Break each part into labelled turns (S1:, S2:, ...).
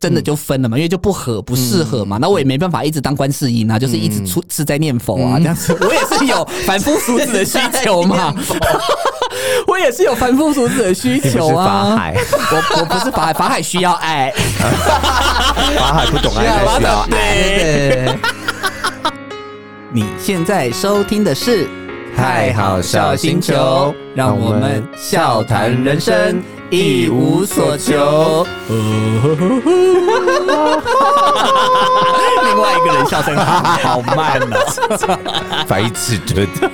S1: 真的就分了嘛，因为就不合不适合嘛，那我也没办法一直当观世音啊，就是一直出吃斋念佛啊这样子，我也是有凡夫俗子的需求嘛，我也是有凡夫俗子的需
S2: 你不
S1: 求
S2: 是法
S1: 啊，
S2: 海，
S1: 我我不是法海，法海需要爱，
S2: 法海不懂爱，但需
S1: 啊
S2: 要爱。
S1: 对。 你现在收听的是《
S2: 太好笑星球
S1: 让我们笑谈人生，一无所求。 另外一个人笑声 好慢啊呢、
S2: 白痴真的。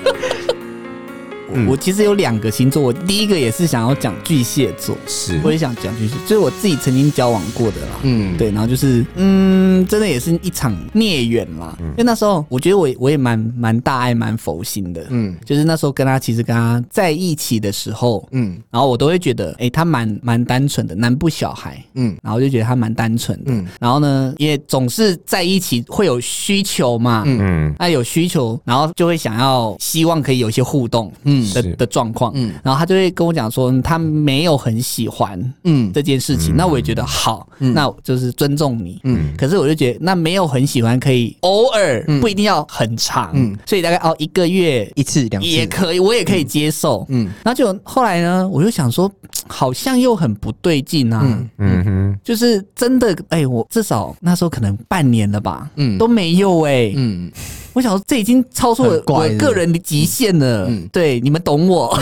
S2: 嗯
S1: 我其实有两个星座，我第一个也是想要讲巨蟹座，
S2: 是
S1: 我也想讲巨蟹，就是我自己曾经交往过的啦。
S2: 嗯，
S1: 对，然后就是，嗯，真的也是一场孽缘啦。因为那时候我觉得我我也蛮蛮大爱蛮佛心的，嗯，就是那时候跟他其实跟他在一起的时候，嗯，然后我都会觉得，哎、他蛮蛮单纯的南部小孩，嗯，然后就觉得他蛮单纯的，然后呢，也总是在一起会有需求嘛，嗯，
S2: 嗯，
S1: 那有需求，然后就会想要希望可以有一些互动，嗯的
S2: 是
S1: 的状况，嗯，然后他就会跟我讲说嗯他没有很喜欢，嗯这件事情，那我也觉得好，那我就是尊重你，嗯，可是我就觉得那没有很喜欢可以偶尔，不一定要很长，所以大概哦一个月
S3: 一次两
S1: 也
S3: 次，
S1: 可以，我也可以接受，嗯，然后就后来呢，我就想说好像又很不对劲啊，
S2: 嗯哼，
S1: 就是真的，哎、我至少那时候可能半年了吧，嗯，都没有哎、嗯，我想说这已经超出我
S3: 很怪嗯
S1: 我
S3: 是不是
S1: 个人的极限了，对，你们懂我，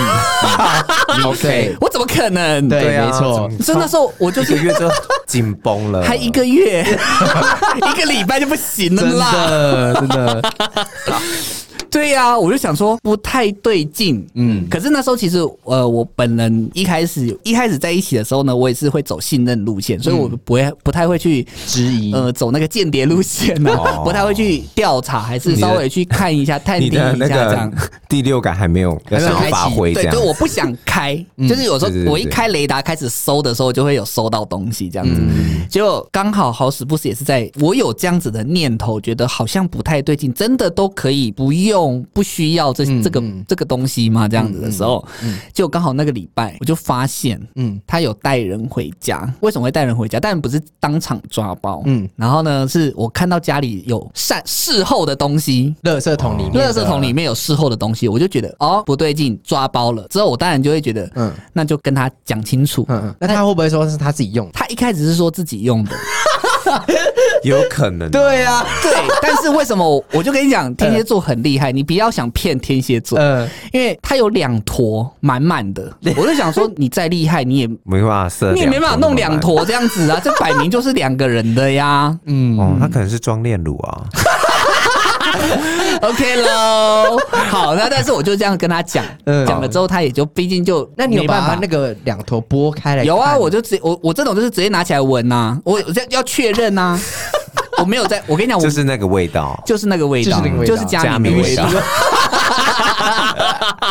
S3: 对
S1: 我怎么可能？
S3: 嗯对
S2: 对啊
S3: 没错，
S1: 所以那时候我就
S2: 一个
S1: 是
S2: 月就紧绷了，
S1: 还一个月， 一个礼拜就不行了
S3: 真
S1: 啦，
S3: 的呃真的，
S1: 对呀、我就想说不太对劲，嗯，可是那时候其实呃，我本人一开始一开始在一起的时候呢，我也是会走信任路线，所以我
S3: 嗯
S1: 不会不太会去
S3: 质疑
S1: 呃走那个间谍路线呢、
S2: 嗯哦
S1: 不太会去调查，还是稍微去看一下、探
S2: 你
S1: 听一
S2: 的
S1: 下
S2: 那
S1: 这样
S2: 个。第六感还没有要想要发挥这
S1: 对，
S2: 样嗯
S1: 就，我不想开，就是有时候
S2: 对对对
S1: 我一开雷达开始搜的时候，就会有搜到东西这样子。
S2: 嗯
S1: 结果刚好好死不死也是在我有这样子的念头，觉得好像不太对劲，真的都可以不用不需要
S2: 嗯
S1: 这、这个这个东西吗？这样子的时候，就刚好那个礼拜我就发现，嗯，他有带人回家。为什么会带人回家？当然不是当场抓包，嗯，然后呢，是我看到家里有善事后的东西，
S3: 垃圾桶里面的，
S1: 垃圾桶里面有事后的东西，我就觉得哦不对劲，抓包了。之后我当然就会觉得，嗯
S3: 嗯，
S1: 那就跟他讲清楚。
S3: 嗯，嗯，那他会不会说是他自己用？
S1: 他一开始是说自己用的，
S2: 有可能。
S3: 对啊，
S1: 对，但是为什么我我就跟你讲，天蝎座很厉害，你不要想骗天蝎座，
S3: 嗯，
S1: 因为他有两坨满满的，我就想说你再厉害， 你也
S2: 没办法设，
S1: 你也没办法弄两。坨这样子啊，这摆明就是两个人的 呀。
S3: 嗯
S2: 哦，他可能是装炼乳啊，
S1: OK 喽，好，那但是我就这样跟他讲，
S3: 嗯
S1: 讲了之后他也就毕竟就
S3: 那你有
S1: 没
S3: 把
S1: 办
S3: 它
S1: 法
S3: 那个两坨剥开来哎看？
S1: 有啊，我就直接我我这种就是直接拿起来闻呐、我我这样要确认 呐、我没有在，我跟你讲，我
S2: 就是那个味道。
S1: 就是那个味道，
S3: 就是那个味道
S1: 就是加
S2: 加
S1: 米
S2: 米
S1: 味
S2: 味
S1: 道
S2: 道。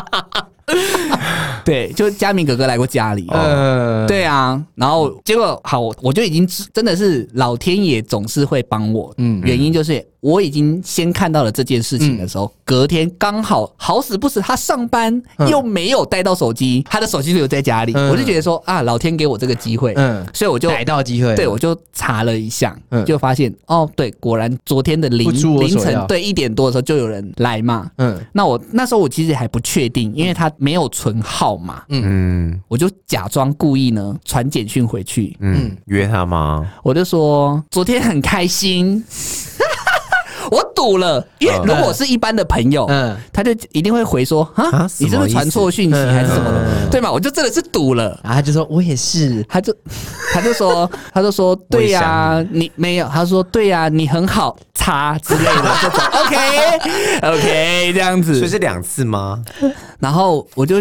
S1: 对，就是佳明哥哥来过家里。
S3: 嗯，
S1: 对啊，然后结果好，我我就已经知真的是老天爷总是会帮我，嗯，原因就是我已经先看到了这件事情的
S3: 嗯
S1: 时候，隔天刚好好死不死他上班又没有带到手机，他的手机留在家里，
S3: 嗯
S1: 我就觉得说啊，老天给我这个机会，嗯
S3: 嗯，
S1: 所以我就
S3: 逮到机会，
S1: 对，我就查了一下，
S3: 嗯
S1: 就发现哦，对，果然昨天的凌
S3: 不出我
S1: 凌
S3: 所
S1: 晨
S3: 料
S1: 对一点多的时候就有人来嘛。
S3: 嗯，
S1: 那我那时候我其实还不确定，因为他没有存号码，
S2: 嗯
S1: 我就假装故意呢传简讯回去，
S2: 嗯，约他吗？
S1: 我就说昨天很开心， 我赌了，因为如果是一般的朋友，
S3: 嗯
S1: 他就一定会回说啊
S2: 啊，
S1: 你是不
S2: 什么
S1: 是
S2: 意思
S1: 传错讯息还是什么
S3: 嗯
S1: 的，对嘛？我就真的是赌了。
S3: 然后他就说我也是，
S1: 他就他就说他就说对呀、你没有，他说对呀、你很好擦之类的 这种，OK OK 这样
S2: 所以
S1: 子，
S2: 是两次吗？
S1: 然后我就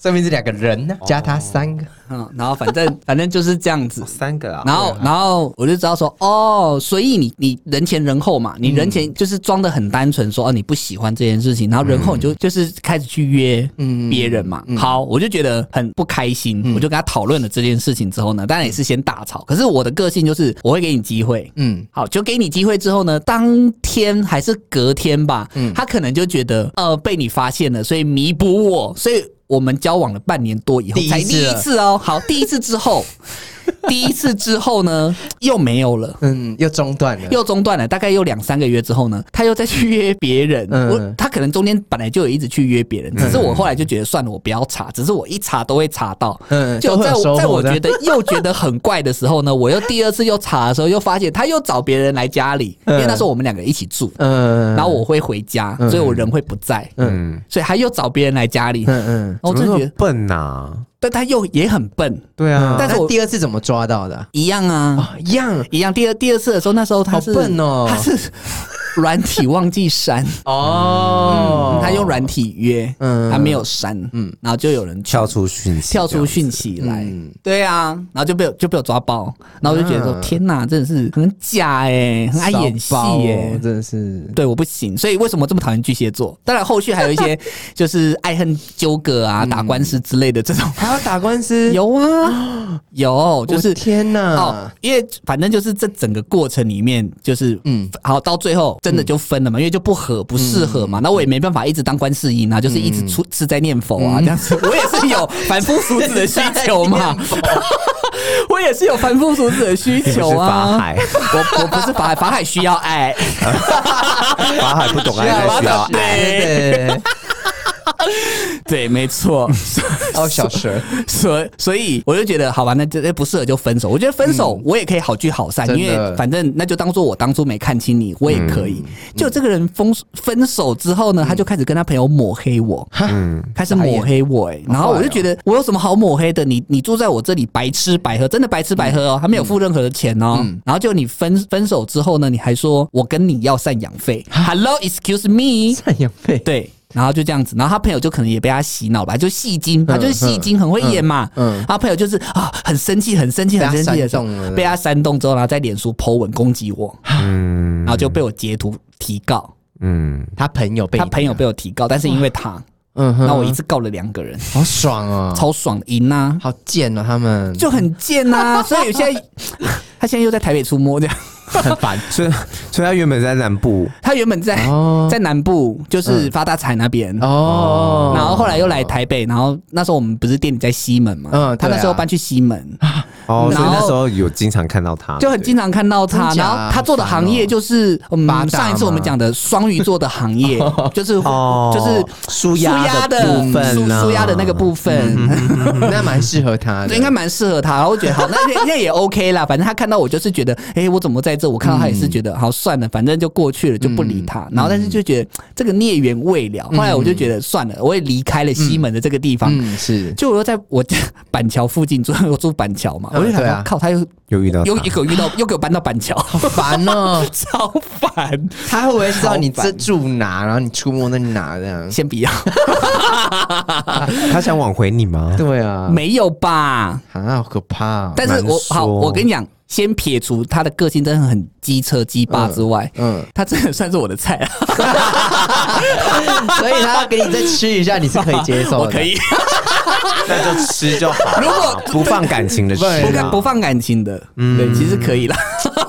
S3: 上面是两个人呢，加他三个，
S1: 嗯，然后反正反正就是这样子。
S2: 三个啊
S1: 然后，然后我就知道说，哦，所以你你人前人后嘛，你人前
S2: 嗯
S1: 就是装的很单纯，说哦你不喜欢这件事情，然后人后你就、就是开始去约
S2: 嗯
S1: 别人嘛。好，我就觉得很不开心，我就跟他讨论了这件事情之后呢，当然也是先大吵。可是我的个性就是我会给你机会，
S3: 嗯，
S1: 好，就给你机会之后呢，当天还是隔天吧，
S3: 嗯
S1: 他可能就觉得呃被你发现了，所以弥补我，所以我们交往了半年多以后
S3: 第一
S1: 才
S3: 次
S1: 第一
S3: 了
S1: 次哦。好，第一次之后，第一次之后呢，又没有了。
S3: 嗯，又中断了，
S1: 又中断了，大概又两三个月之后呢，他又再去约别人。
S3: 嗯
S1: 我他可能中间本来就有一直去约别人，只是我后来就觉得算了，我不要查。只是我一查都会查到，
S3: 嗯
S1: 就
S3: 都会
S1: 在
S3: 有收
S1: 我
S3: 获
S1: 在我
S3: 的
S1: 觉得又觉得很怪的时候呢，我又第二次又查的时候，又发现他又找别人来家里，因
S3: 嗯
S1: 为那时候我们两个一起住，
S3: 嗯，
S1: 然后我会回家，所以我人会不在，
S2: 嗯，
S1: 所以他又找别人来家里，然
S3: 嗯嗯，
S1: 后我
S2: 怎
S1: 就
S2: 么
S1: 觉
S2: 那么
S1: 得，
S2: 笨啊呐？
S1: 但他又也很笨，
S2: 对啊，
S1: 但是我
S3: 嗯那第二次怎么抓到的？
S1: 一样啊，
S3: 啊，一样
S1: 一样。第二第二次的时候，那时候他
S3: 好
S1: 是
S3: 笨哦
S1: 他是软体忘记删。
S3: 哦
S1: 嗯，他用软体约，
S3: 嗯
S1: 他没有删，嗯，然后就有人
S2: 跳出讯息，
S1: 跳出讯息来，
S3: 嗯
S1: 对啊，然后就被我就被我抓包，然后我就觉得说、
S3: 啊
S1: 天哪，真的是很假哎、很爱演戏
S3: 骚包
S1: 哎、
S3: 真的是
S1: 对，我不行，所以为什么这么讨厌巨蟹座？当然，后续还有一些就是爱恨纠葛啊、打官司之类的这种，
S3: 还要打官司，
S1: 有啊，有，就
S3: 我
S1: 是
S3: 天
S1: 哦
S3: 哪，，
S1: 因为反正就是这整个过程里面，就是嗯
S3: 嗯，
S1: 好到最后真的就分了嘛，因为就不合不适合嘛，那我也没办法一直当观世音啊，就是一直出是在念佛啊这样子， 我也是有凡夫俗子的需求 嘛，我也是有凡夫俗子的需
S2: 你不
S1: 求
S2: 是法
S1: 啊。
S2: 海，
S1: 我我不是法海，法海需要爱，
S2: 法海不懂爱，
S1: 要
S2: 但需要
S1: 啊法海
S2: 爱。
S3: 哎对对对，
S1: 对，没错，
S3: 哦，小蛇，
S1: 所所以我就觉得好吧，那这这不适合就分手。我觉得分手我也可以好聚好散，
S3: 真的
S1: 因为反正那就当做我当初没看清你，我也可以。就这个人分分手之后呢，他就开始跟他朋友抹黑我，
S2: 嗯
S1: 开始抹黑我、哎，然后我就觉得我有什么好抹黑的？你你住在我这里白吃白喝，真的白吃白喝哦，他没有付任何的钱哦。然后就你分分手之后呢，你还说我跟你要赡养费，Hello，excuse me。
S3: 赡养费，
S1: 对，然后就这样子，然后他朋友就可能也被他洗脑吧，就戏精，他就是戏精，很会演嘛。
S3: 嗯
S1: 他朋友就是啊，很生气，很生气，
S3: 被
S1: 很
S3: 他
S1: 生气的时候
S3: 煽动了，
S1: 被他煽动之后，然后在脸书 po 文攻击我，
S2: 嗯
S1: 然后就被我截图提告，
S2: 嗯，
S3: 他朋友被啊
S1: 他朋友被我提告，但是因为他，
S3: 嗯哼
S1: 那我一次告了两个人，
S3: 好爽哦，
S1: 超爽的，赢啊，
S3: 好贱哦，他们
S1: 就很贱呐、所以现在 他现在又在台北出没这样。
S3: 很烦，
S2: 所以所以他原本在南部，
S1: 他原本在、
S3: 哦嗯
S1: 在南部，就是发大财那边，
S3: 哦，
S1: 然后后来又来台北，然后那时候我们不是店里在西门嘛，
S3: 嗯
S1: 他
S3: 对
S1: 那时候
S3: 啊
S1: 搬去西门，
S2: 哦，
S1: 然
S2: 所
S1: 后
S2: 以那时候有经常看到
S3: 啊
S2: 他，
S1: 就很经常看到他，
S3: 真假
S1: 然后他做的行业就是我
S3: 八大
S1: 们
S3: 吗
S1: 上一次我们讲的双鱼座的行 业，就是
S2: 哦，
S1: 就是
S2: 舒压
S1: 的
S2: 部分啊，
S1: 舒舒压的那个部 分，
S3: 那蛮适合他的，
S1: 应该蛮适合他。然后我觉得好，那那那也 OK 啦， 反正他看到我就是觉得，哎，我怎么在这？我看到他也是觉得好算了，反正就过去了，就不理他。然后但是就觉得这个孽缘未了，后来我就觉得算了，我也离开了西门的这个地方。
S3: 嗯是
S1: 就我又在我 家板桥附近住，我住板桥嘛，
S3: 嗯
S1: 我就想
S3: 对
S1: 说
S3: 啊
S1: 靠，他又
S2: 有遇到
S1: 又
S2: 他
S1: 又给我遇到，又给我搬到板桥，，
S3: 烦哦
S1: 超烦。
S3: 他会不会知道你
S1: 超
S3: 这
S1: 烦
S3: 住哪，然后你出没在哪这 样？
S1: 先不要，
S2: 他想挽回你吗？
S3: 对啊，
S1: 没有吧？
S3: 啊，好可怕哦，
S1: 但是我
S2: 难说
S1: 好，我跟你讲，先撇除他的个性真的很机车鸡巴之外，
S3: 嗯，
S1: 他真的算是我的菜啊，
S3: 所以他要给你再吃一下，你是可以接受的，
S1: 我可以，
S2: 那就 吃就好。
S1: 如果
S2: 不放感情的事
S1: 不
S2: 啊，
S1: 放不放感情的，对，其实可以啦，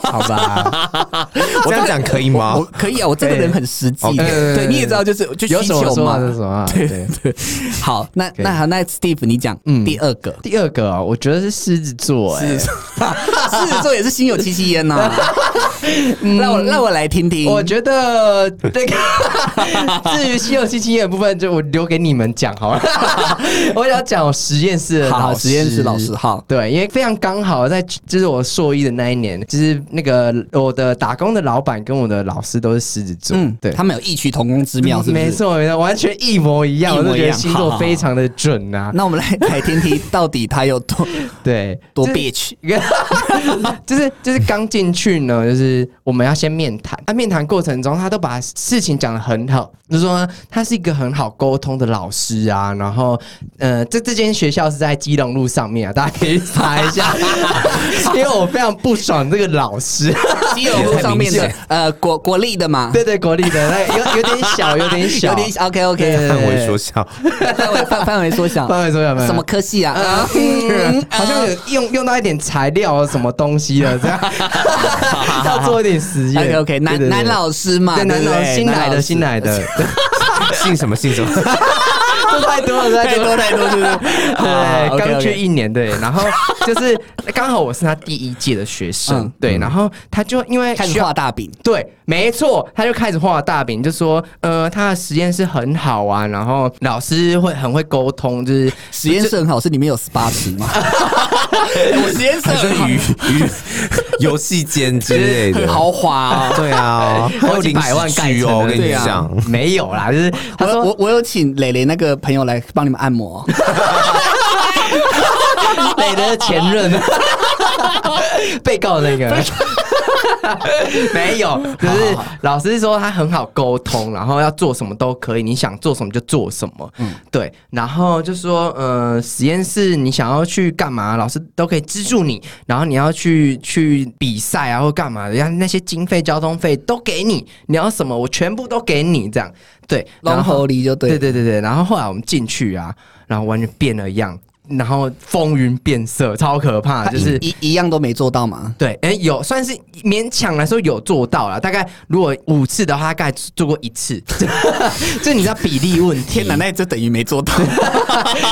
S3: 好吧？
S2: 这样讲可以吗
S1: 我？可以啊，我这个人很实际，
S2: OK
S1: 对，你也知道，就是就
S3: 有
S1: 需
S3: 什么
S1: 求
S3: 说话
S1: 嘛
S3: 就。什么啊，对。
S1: 对，好，那那好，那 Steve 你讲第二个，
S3: 第二个啊、我觉得是狮子座、
S1: 狮
S3: 欸，
S1: 子座哎狮子座也是心有戚戚焉呐，让我让我来听听，
S3: 我 觉得这个至于《西游记》经验的部分，就我留给你们讲 好了。我想讲我实验室的
S1: 好好
S3: 老师，
S1: 实验室老师好
S3: 对，因为非常刚好在就是我硕一的那一年，就是那个我的打工的老板跟我的老师都是狮子座，
S1: 嗯，
S3: 对，
S1: 他们有异曲同工之妙，是不
S3: 没
S1: 是？
S3: 错没错，完全一模一样，
S1: 一模一样
S3: 我就觉得星
S1: 好好
S3: 座
S1: 好
S3: 非常的准呐、
S1: 那我们来来听听，到底他有多
S3: 对，
S1: 多
S3: 就是
S1: bitch？
S3: 就是就是刚进去呢，就是我们要先面谈。那面谈过程中，他都把事情讲得很好，就说他是一个很好沟通的老师啊。然后，呃，这这间学校是在基隆路上面啊，大家可以去查一下， 因为我非常不爽这个老师。
S1: 基隆路上面的呃国国立的嘛，
S3: 对对，国立 的那有有点小，有点小，
S1: 有点 OK
S3: 对
S1: OK，
S2: 范围缩小，
S1: 范围范范围缩小，
S3: 范围说有没有？
S1: 什么科系啊
S3: 呃？
S1: 嗯
S3: 嗯， 好像有用用到一点材料啊什么东西了， 这样要做一点实验。
S1: OK OK，
S3: 对
S1: 男
S3: 对对
S1: 男老师嘛，
S3: 对，
S1: 啊对
S3: 男
S1: 不
S3: 老
S1: 对
S3: 师新来的新来的，
S2: 姓什么姓什么？
S3: 这太多了，
S1: 太多太多，是不是？啊
S3: 对，刚去
S1: 去
S3: 一年，对，然后就是刚好我是他第一届的学生
S1: 嗯，
S3: 对，然后他就因为
S1: 开
S3: 需
S1: 始
S3: 要
S1: 画大饼，
S3: 对，没错，他就开始画大饼，就说，呃，他的实验室很好啊，然后老师会很会沟通，就是
S1: 实验室很好，是里面有 SPA 池 吗？我实验室很
S2: 鱼鱼游戏间之类
S1: 很
S2: 的，
S1: 豪华哦。
S2: 对啊，还有
S3: 好几
S2: 零
S3: 百万盖
S2: 食区哦，
S3: 成
S2: 我跟你
S1: 对啊
S2: 讲，
S3: 没有啦，就是他
S1: 我
S3: 说
S1: 我我有请磊磊那个朋友来帮你们按摩，
S3: 磊的前任，被告那个。没有，就是老师说他很好沟通，然后要做什么都可以，你想做什么就做什么。嗯，对，然后就说，呃，实验室你想要去干嘛，老师都可以资助你，然后你要去去比赛啊或干嘛的，像那些经费、交通费都给你，你要什么我全部都给你，这样对。然
S1: 龙
S3: 后
S1: 头梨就对
S3: 对
S1: 了。
S3: 对对对，然后后来我们进去啊，然后完全变了样，然后风云变色，超可怕，
S1: 他
S3: 就
S1: 一
S3: 是。
S1: 一一样都没做到嘛。
S3: 对，哎、有算是勉强来说有做到了，大概如果五次的话，大概做过一次， 这你知道比例问题。
S1: 天哪，那这等于没做 到。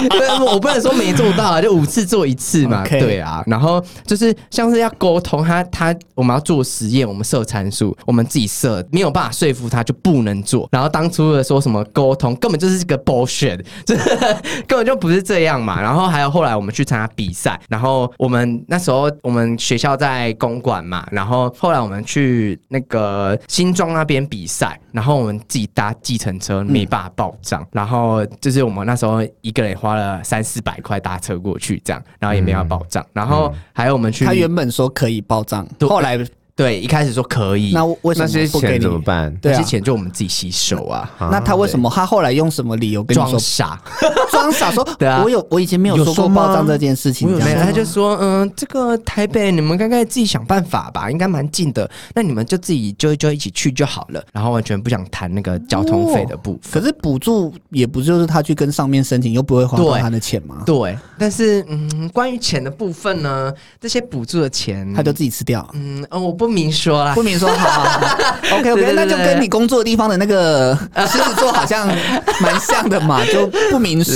S3: 对我不能说没做到啊，就五次做一次嘛。
S1: OK
S3: 对啊，然后就是像是要沟通他，他我们要做实验，我们设参数，我们自己设，没有办法说服他就不能做。然后当初的说什么沟通，根本就是个 bullshit，就是 根本就不是这样嘛。然后还有后来我们去参加比赛，然后我们那时候我们学校在公馆嘛，然后后来我们去那个新庄那边比赛，然后我们自己搭计程车没办法报账，然后就是我们那时候一个人也花了三四百块搭车过去，这样，然后也没有报账，然后还有我们去
S1: 嗯他原本说可以报账，
S3: 对
S1: 后来
S3: 对一开始说可以，
S1: 那为什
S2: 那些
S1: 么不给
S2: 钱
S1: 你
S2: 怎么？办？
S1: 对
S3: 那
S1: 啊
S3: 些，钱就我们自己吸收啊，
S2: 啊
S1: 那他为什么他后来用什么理由 跟你
S3: 装
S1: 说
S3: 傻。
S1: 装傻说？
S3: 对啊
S1: 我有我以前没有
S2: 有
S1: 说
S2: 说
S1: 过
S2: 吗
S1: 报账这件事情，这
S3: 没有，
S1: 样
S3: 他就说，嗯，这个台北你们大概自己想办法吧，应该蛮近的，那你们就自己就就一起去就好了。然后完全不想谈那个
S2: 哦
S3: 交通费的部分。
S1: 可是补助也不就是他去跟上面申请，又不会花到
S3: 对
S1: 他的钱吗？
S3: 对，但是嗯，关于钱的部分呢，这些补助的钱，
S1: 他就自己吃掉。
S3: 嗯、哦，我不明说啦
S1: 不。明说好好 好，OK
S3: 对
S1: OK，
S3: 对
S1: 那就
S3: 对
S1: 跟你工作的地方的那 个狮子座好像蛮像的嘛，就不明说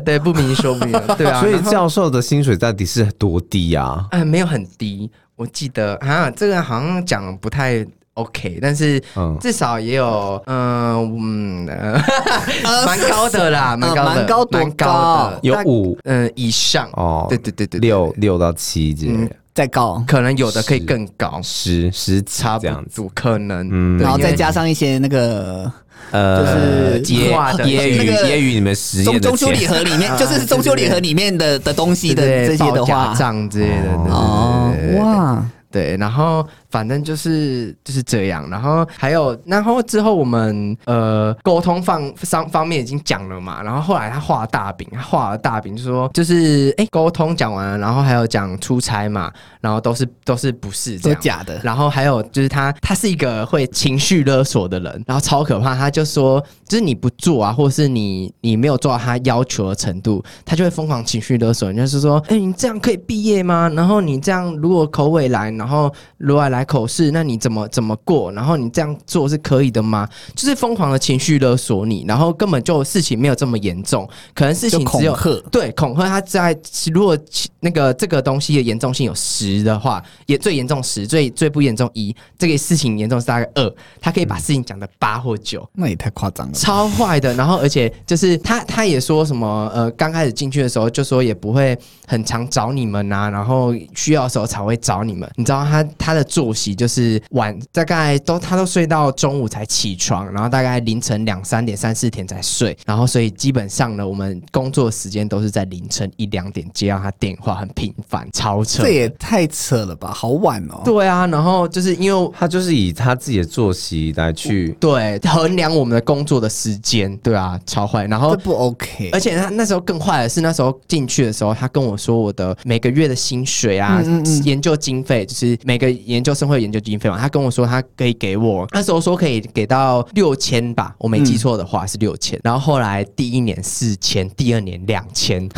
S3: 对。对，不明说不明说，对 啊。
S2: 所以
S3: 然后
S2: 教授的薪水到底是多低啊？
S3: 呃，没有很低，我记得啊，这个好像讲不太 OK，但是
S2: 嗯
S3: 至少也有嗯嗯呃蛮、高 的啦，蛮高的，
S1: 蛮高多
S3: 蛮高
S1: 高
S3: 的，
S2: 有
S3: 大
S2: 五
S3: 嗯以上
S2: 哦
S3: 对对对对，对
S2: 六六到七这
S3: 嗯
S1: 再告，
S3: 可能有的可以更高，
S2: 十十几
S3: 差
S2: 这样
S3: 不
S2: 子，
S3: 多可能，
S2: 嗯
S3: 对
S1: 然后
S3: 因为
S1: 再加上一些那个
S2: 呃，
S1: 就是
S2: 揶
S3: 化
S2: 揶
S3: 的
S1: 那
S2: 揄
S1: 个
S2: 揶揄你们实
S1: 中
S2: 验的
S1: 中秋礼
S2: 钱，
S1: 盒里面，就是中秋礼盒里面的的东西
S3: 对
S1: 的
S3: 啊对
S1: 这些的
S3: 报
S1: 话
S3: 假，账之类的，对对
S1: 哦
S3: 对对对对
S1: 哇，
S3: 对，然后反正就是就是这样，然后还有，然后之后我们呃沟通方方方面已经讲了嘛，然后后来他画大饼，他画了大饼就说就是哎沟通讲完了，然后还有讲出差嘛，然后都是都是不是这
S1: 都
S3: 样。
S1: 假的。
S3: 然后还有就是他，他是一个会情绪勒索的人，然后超可怕。他就说，就是你不做啊，或者是你你没有做到他要求的程度，他就会疯狂情绪勒索。你就是说，哎、你这样可以毕业吗？然后你这样如果口尾来，然后如果来口试，那你怎么怎么过？然后你这样做是可以的吗？就是疯狂的情绪勒索你，然后根本就事情没有这么严重，可能事
S1: 就
S3: 情
S1: 恐
S3: 只有
S1: 吓，
S3: 对，恐吓它在如果那个这个东西的严重性有十的话，也最严重十，最最不严重一，这个事情严重是大概二，他可以把事情讲的八或九。
S1: 那也太夸张了吧。
S3: 超坏的，然后而且就是他，他也说什么呃，刚开始进去的时候就说也不会很常找你们呐、然后需要的时候才会找你们。你知道他他的作息就是晚大概都他都睡到中午才起床，然后大概凌晨两三点、三四点才睡，然后所以基本上呢，我们工作时间都是在凌晨一两点接到他电话，很频繁，超扯
S1: 这。也太扯了吧，好晚哦。
S3: 对啊，然后就是因为
S2: 他就是以他自己的作息来去
S3: 对衡量我们的工作的时间，对啊，超坏。然后
S1: 这不 OK，
S3: 而且他那时候更坏的是，那时候进去的时候，他跟我说我的每个月的薪水啊，
S1: 嗯嗯嗯
S3: 研究经费就是每个研究生会有研究基金费嘛，他跟我说他可以给我，那时候说可以给到六千吧，我没记
S1: 嗯
S3: 错的话是六千、然后后来第一年四千，第二年两千，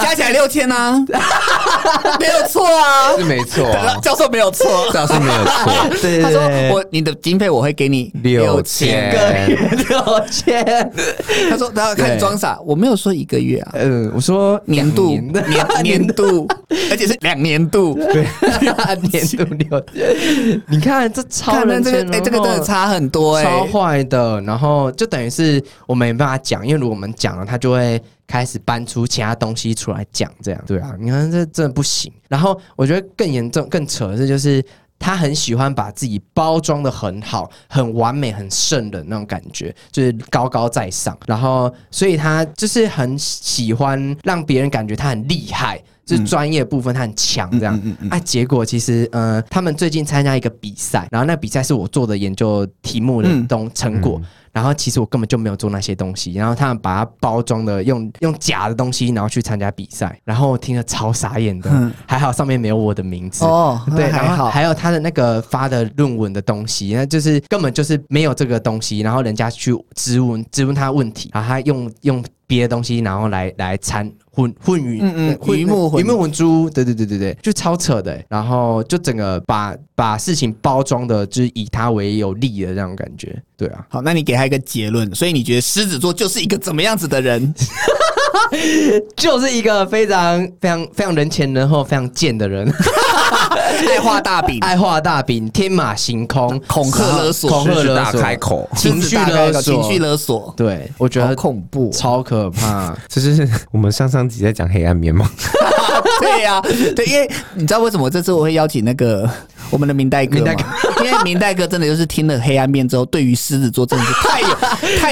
S1: 加起来六千啊，没有错啊，，
S2: 是没错啊
S1: 教授没有错。
S2: 倒是没有错。
S3: 对
S1: 他说我你的经费我会给你
S2: 六
S1: 千
S2: 千
S3: 一个月六千，
S1: 他说然后看你装傻，我没有说一个月啊，
S3: 嗯，我说
S1: 年度
S3: 两
S1: 年
S3: 年
S1: 年度，而且是两年度。
S3: 年度六，你看这 超
S1: 看那
S3: 人
S1: 这个哎、这个真的差很多哎、
S3: 超坏的，然后就等于是我们没办法讲，因为如果我们讲了，他就会开始搬出其他东西出来讲，这样对啊，你看这真的不行。然后我觉得更严重、更扯的是，就是他很喜欢把自己包装的很好、很完美、很圣人那种感觉，就是高高在上。然后，所以他就是很喜欢让别人感觉他很厉害。就是专业部分他很强
S1: 嗯
S3: 这样，啊，结果其实呃，他们最近参加一个比赛，然后那比赛是我做的研究题目的东成果，然后其实我根本就没有做那些东西，然后他们把它包装的用用假的东西，然后去参加比赛，然后我听了超傻眼的，还好上面没有我的名字。
S1: 哦，
S3: 对，
S1: 那还
S3: 然后
S1: 好。
S3: 还有他的那个发的论文的东西，那就是根本就是没有这个东西，然后人家去质问质问他问题，然后他用用别的东西，然后来来掺混混鱼，
S1: 嗯嗯
S3: 混
S1: 鱼目混
S3: 鱼目混珠，对对对对对，就超扯的、欸然后就整个把把事情包装的，就是以他为有利的那种感觉，对啊，
S1: 好，那你给他一个结论，所以你觉得狮子座就是一个怎么样子的 人？
S3: 就是一个非常非常非常人前人后非常贱 的人。
S1: 爱画大饼，
S3: 爱画大饼，天马行空，
S1: 恐吓勒索
S3: 恐吓
S2: 狮子
S3: 勒
S2: 大
S3: 索，
S2: 开口
S3: 情绪勒索，
S1: 情绪勒索，
S3: 对，我觉
S1: 好
S3: 得
S1: 恐怖、哦
S3: 超可怕。
S2: 这是 我们上上集在讲黑暗面吗？
S1: 对呀、对，因为你知道为什么这次我会邀请那个 我们的明代哥吗？ 因为明代哥真的就是听了《黑暗面》之后，对于狮子座真的是太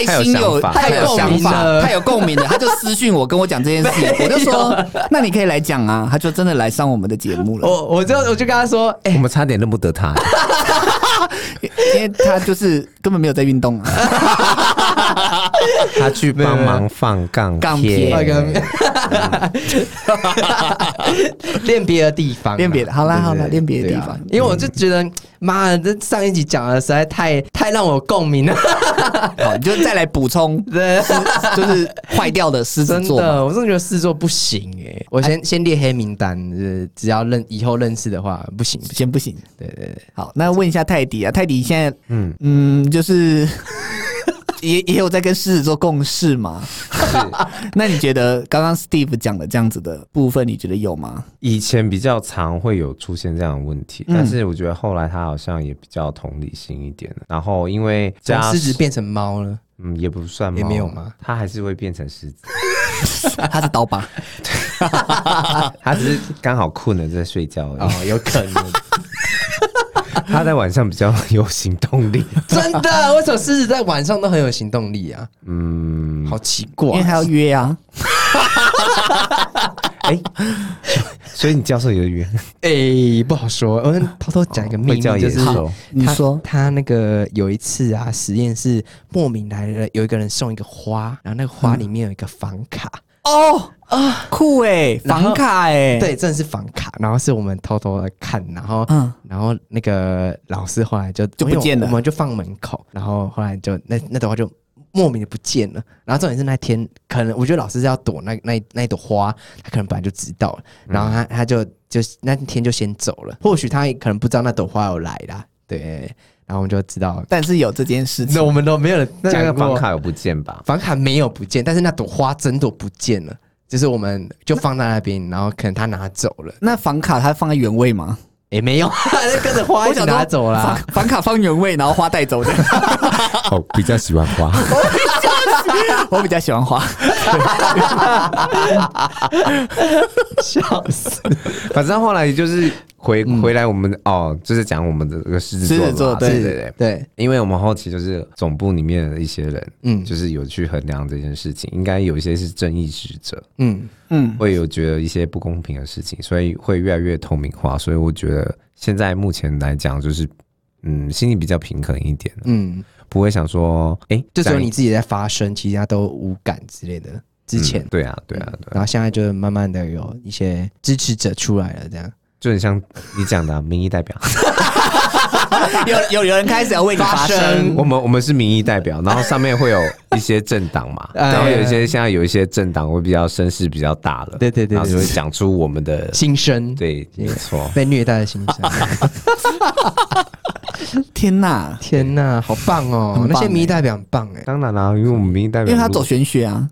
S1: 有太心有
S2: 太
S3: 有
S1: 有
S3: 想法
S1: 想
S3: 太有共鸣
S1: 太有共鸣
S3: 了
S1: 了。他就私讯我跟我讲这件事情，我就说那你可以来讲啊，他就真的来上 我们的节目了，
S3: 我我就我就跟他说，哎、
S2: 我们差点认不得他。
S1: 因为他就是根本没有在运动啊。
S2: 他去帮忙放杠
S1: 杠
S2: 片，
S1: 片
S3: 那个 练别的地方啊，
S1: 练别的好啦
S3: 对
S1: 好啦
S3: 对
S1: 练别的
S3: 对啊
S1: 地方嗯
S3: 因为我就觉得，妈的，这上一集讲的实在太太让我共 鸣了，
S1: 好，哦你就再来补充，
S3: 对，
S1: 就是坏掉的狮子
S3: 真
S1: 座嘛。
S3: 的，我真的觉得试做不行哎、我先先列黑名单，呃只要认以后认识的话不行，
S1: 先不行，
S3: 对对对，
S1: 好，那问一下泰迪啊，泰迪现在嗯
S2: 嗯
S1: 嗯，就是 也也有在跟狮子座共事嘛？ 那你觉得刚刚 Steve 讲的这样子的部分，你觉得有吗？
S2: 以前比较常会有出现这样的问
S3: 嗯
S2: 题，但是我觉得后来他好像也比较同理心一点了。然后因为
S3: 从
S2: 加
S1: 啊
S3: 狮子变成猫了，
S2: 嗯也不算猫
S3: 也没有吗？
S2: 他还是会变成狮子，
S1: 他是 刀疤，
S2: 他只是刚好困了在睡觉而
S3: 哦
S2: 已。，
S3: 有可 能，
S2: 他在晚上比较有行动力，
S3: 真的，为什么狮子在晚上都很有行动力啊？
S2: 嗯，
S3: 好奇
S1: 因为
S3: 怪
S1: 他，要约啊。
S2: 哎、所以你教授有缘，
S3: 哎、不好说，我们偷偷讲一个秘
S2: 啊会
S3: 密，
S2: 叫
S3: 就
S2: 野
S3: 是
S2: 兽，
S1: 你
S3: 他
S1: 说
S3: 他那个有一次啊，实验室莫名来了有一个人送一个花，然后那个花里面有一个房卡，
S1: 哦啊，酷哎、
S3: 然后
S1: 房卡哎、，
S3: 对，真的是房卡，然后是我们偷偷的看，然后
S1: 嗯，
S3: 然后那个老师后来就
S1: 就不见了
S3: 因为我们就放门口，然后后来就那那朵花就莫名的不见了。然后重点是那天可能我觉得老师是要躲那那那一朵花，他可能本来就知道了，
S1: 嗯
S3: 然后他他就就那天就先走了。或许他也可能不知道那朵花有来啦，对。然后我们就知道，
S1: 但是有这件事情
S3: 那，我们都没有人
S2: 那
S3: 讲
S2: 个
S3: 过
S2: 房卡有不见吧？
S3: 房卡没有不见，但是那朵花真的不见了。就是我们就放在那边，然后可能他拿走了，
S1: 那房卡他放在原位吗？
S3: 也哎没有，就 跟着花一起
S1: 我想说
S3: 拿走啦。
S1: 房房卡放原位，然后花带走的。
S2: 哦，比较喜欢花，
S1: 我比较喜欢花，
S3: 笑死！
S2: 反正后来就是回
S3: 嗯
S2: 回来我们哦，就是讲我们的这个狮子座嘛，
S1: 狮子座对
S2: 对对对。
S3: 对，
S2: 因为我们后期就是总部里面的一些人，
S3: 嗯
S2: 嗯，就是有去衡量这件事情，应该有一些是正义使者，
S3: 嗯，
S1: 嗯，
S2: 会有觉得一些不公平的事情，所以会越来越透明化。所以我觉得现在目前来讲，就是嗯，心里比较平衡一点，
S3: 嗯，
S2: 不会想说，哎、
S3: 就只有
S2: 讲
S3: 你自己在发声，其他都无感之类的。之前，
S2: 嗯对啊，对啊，对啊，
S3: 然后现在就慢慢的有一些支持者出来了，这样。
S2: 就很像你讲的、啊、民意代表，
S1: 有有有人开始要为你发声，
S2: 我们我们是民意代表，然后上面会有一些政党嘛，
S3: 哎
S2: 然后有一些现在有一些政党会比较声势比较大了，
S3: 对对对
S2: 然后就
S3: 对
S2: 会讲出我们 的
S3: 心声，
S2: 对，没错，
S3: 被虐待的心声。
S1: 天哪！
S3: 天呐，好棒哦！
S1: 很棒
S3: 那些
S1: 欸
S3: 民意代表 很棒哎、
S2: 当然啦、因为我们民意代
S1: 因
S2: 表，
S1: 为他走玄学啊，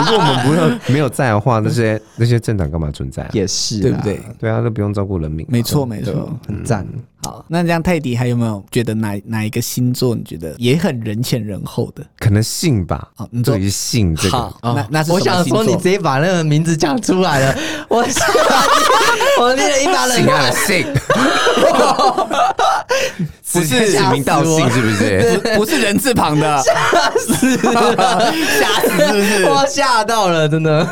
S2: 如果我们不用没有在的话，那些那些政党干嘛存在、啊？
S3: 也是
S1: 对不对？？
S2: 对啊，都不用照顾人民嘛，
S1: 没错，没错。
S3: 很赞。
S1: 好，那这样泰迪还有没有觉得哪哪一个星座你觉得也很人前人后的？
S2: 可能性吧
S1: 好你，说
S2: 对于性这个
S1: 好，哦那那是
S3: 我
S1: 什么
S3: 想
S1: 星
S3: 说，你
S1: 座
S3: 直接把那个名字讲出来了，我 我念一把 冷
S2: 性
S3: 汗。
S2: 爱的 性，不
S1: 是
S2: 指名道姓是不是？
S1: 不是人字旁 的，
S3: 啊
S1: 吓死是不是？
S3: 我吓到了，真的。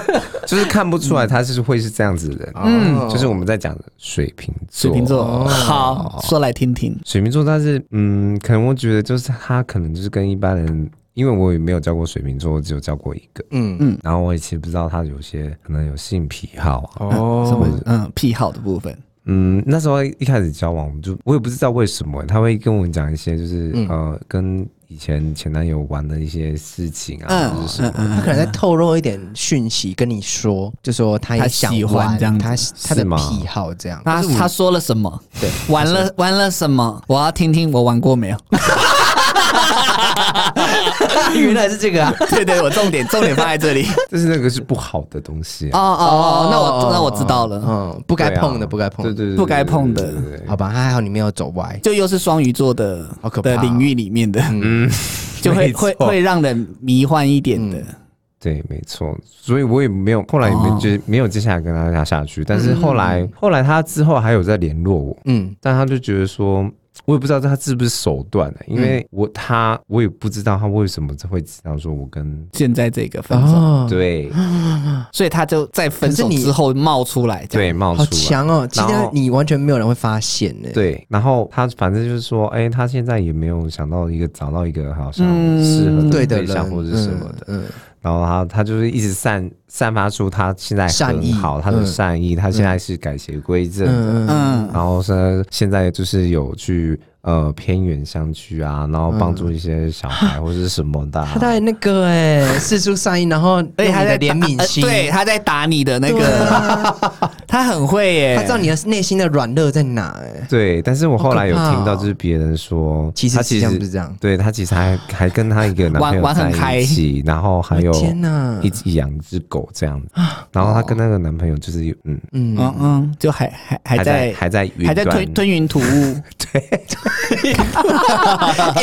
S2: 就是看不出来他是会是这样子的人，
S3: 哦
S2: 嗯，就是我们在讲的水瓶
S1: 水
S2: 座，
S1: 瓶座，
S2: 哦
S1: 好，说来听听。
S2: 水瓶座，他是嗯，可能我觉得就是他可能就是跟一般人，因为我也没有教过水瓶座，我只有教过一个，
S3: 嗯
S1: 嗯
S2: 然后我也其实不知道他有些可能有性癖好啊，
S1: 什
S3: 哦，
S1: 么嗯癖好的部分，
S2: 嗯，那时候一开始交往，我们就我也不知道为什么他会跟我讲一些就是、
S3: 嗯
S2: 呃跟以前前男友玩的一些事情啊，
S1: 嗯
S2: 或者是
S1: 嗯
S3: 他
S1: 嗯，
S3: 可能在透露一点讯息跟你说，就说他也
S1: 他
S3: 想
S1: 喜欢
S3: 玩
S1: 这样子
S3: 他他的
S2: 是吗
S3: 癖好这样。
S1: 他他说了什么？
S3: 对，
S1: 玩了玩了什么？我要听听我玩过没有？
S3: 原来是这个啊！
S1: 对对，我重点重点放在这里。
S2: 就是那个是不好的东西、
S1: 哦
S2: 啊，
S1: 哦哦，那我那我知道了，
S3: 嗯，不该
S2: 对啊
S3: 碰的，不该碰
S2: 对
S3: 的。哦
S2: 对对，
S1: 不该碰的
S2: 对对对对
S3: 好吧，还好你没有走歪。
S1: 就又是双鱼座的
S3: 好可怕
S1: 的
S3: 哦
S1: 领域里面的，
S2: 嗯，
S1: 就会
S2: 没错
S1: 会会让人迷幻一点的。
S3: 嗯
S2: 对，没错，所以我也没有，后来也没
S1: 哦
S2: 就是没有接下来跟他下下去，但是后来、后来他之后还有在联络我，
S3: 嗯，
S2: 但他就觉得说。我也不知道他是不是手段的、因
S3: 嗯
S2: 为我他我也不知道他为什么会知道说我跟
S1: 现在这个分手，
S3: 哦，
S2: 对
S1: 所以他就在分手
S3: 可是你
S1: 之后冒出来，这样
S2: 对冒
S3: 好
S2: 出来，
S3: 强哦！其实
S2: 然后
S3: 你完全没有人会发现呢。
S2: 对，然后他反正就是说，哎、他现在也没有想到一个找到一个好像适合
S1: 嗯
S3: 对
S2: 的
S3: 的
S2: 对
S3: 人
S2: 象或者是什么的，，
S3: 嗯，嗯
S2: 然后他他就是一直散散发出他现在
S3: 善
S2: 很
S3: 意
S2: 好，他的
S3: 嗯
S2: 善意，他现在是改邪归正，
S3: 嗯嗯
S1: 嗯，
S2: 然后是现在就是有去呃偏远乡区啊，然后帮助一些小孩或者是什么的啊、
S3: 他在那个哎、四出善意，然 后
S1: 而且他在
S3: 哎在哎
S1: 打
S3: 怜悯心，
S1: 呃对，他在打你的那
S3: 对
S1: 个，
S3: 啊
S1: 他很会耶，
S3: 他知道你的内心的软弱在哪哎、
S2: 对，但是我后来有
S3: 好可怕哦
S2: 听到就是别人说，
S3: 其实
S2: 他其
S3: 实际上不是
S2: 实
S3: 这 样。
S2: 对他其实还还跟他一个男朋
S1: 玩玩
S2: 友
S1: 很
S2: 在一起，然后还有
S3: 天哪
S1: 嗯
S2: 一，只养一只狗这样，
S1: 啊
S2: 然后他跟那个男朋友就是有嗯
S3: 嗯，
S1: 嗯嗯，就还还还
S2: 还
S1: 在
S2: 还在云
S1: 还在
S2: 端
S1: 吞吞云吐雾，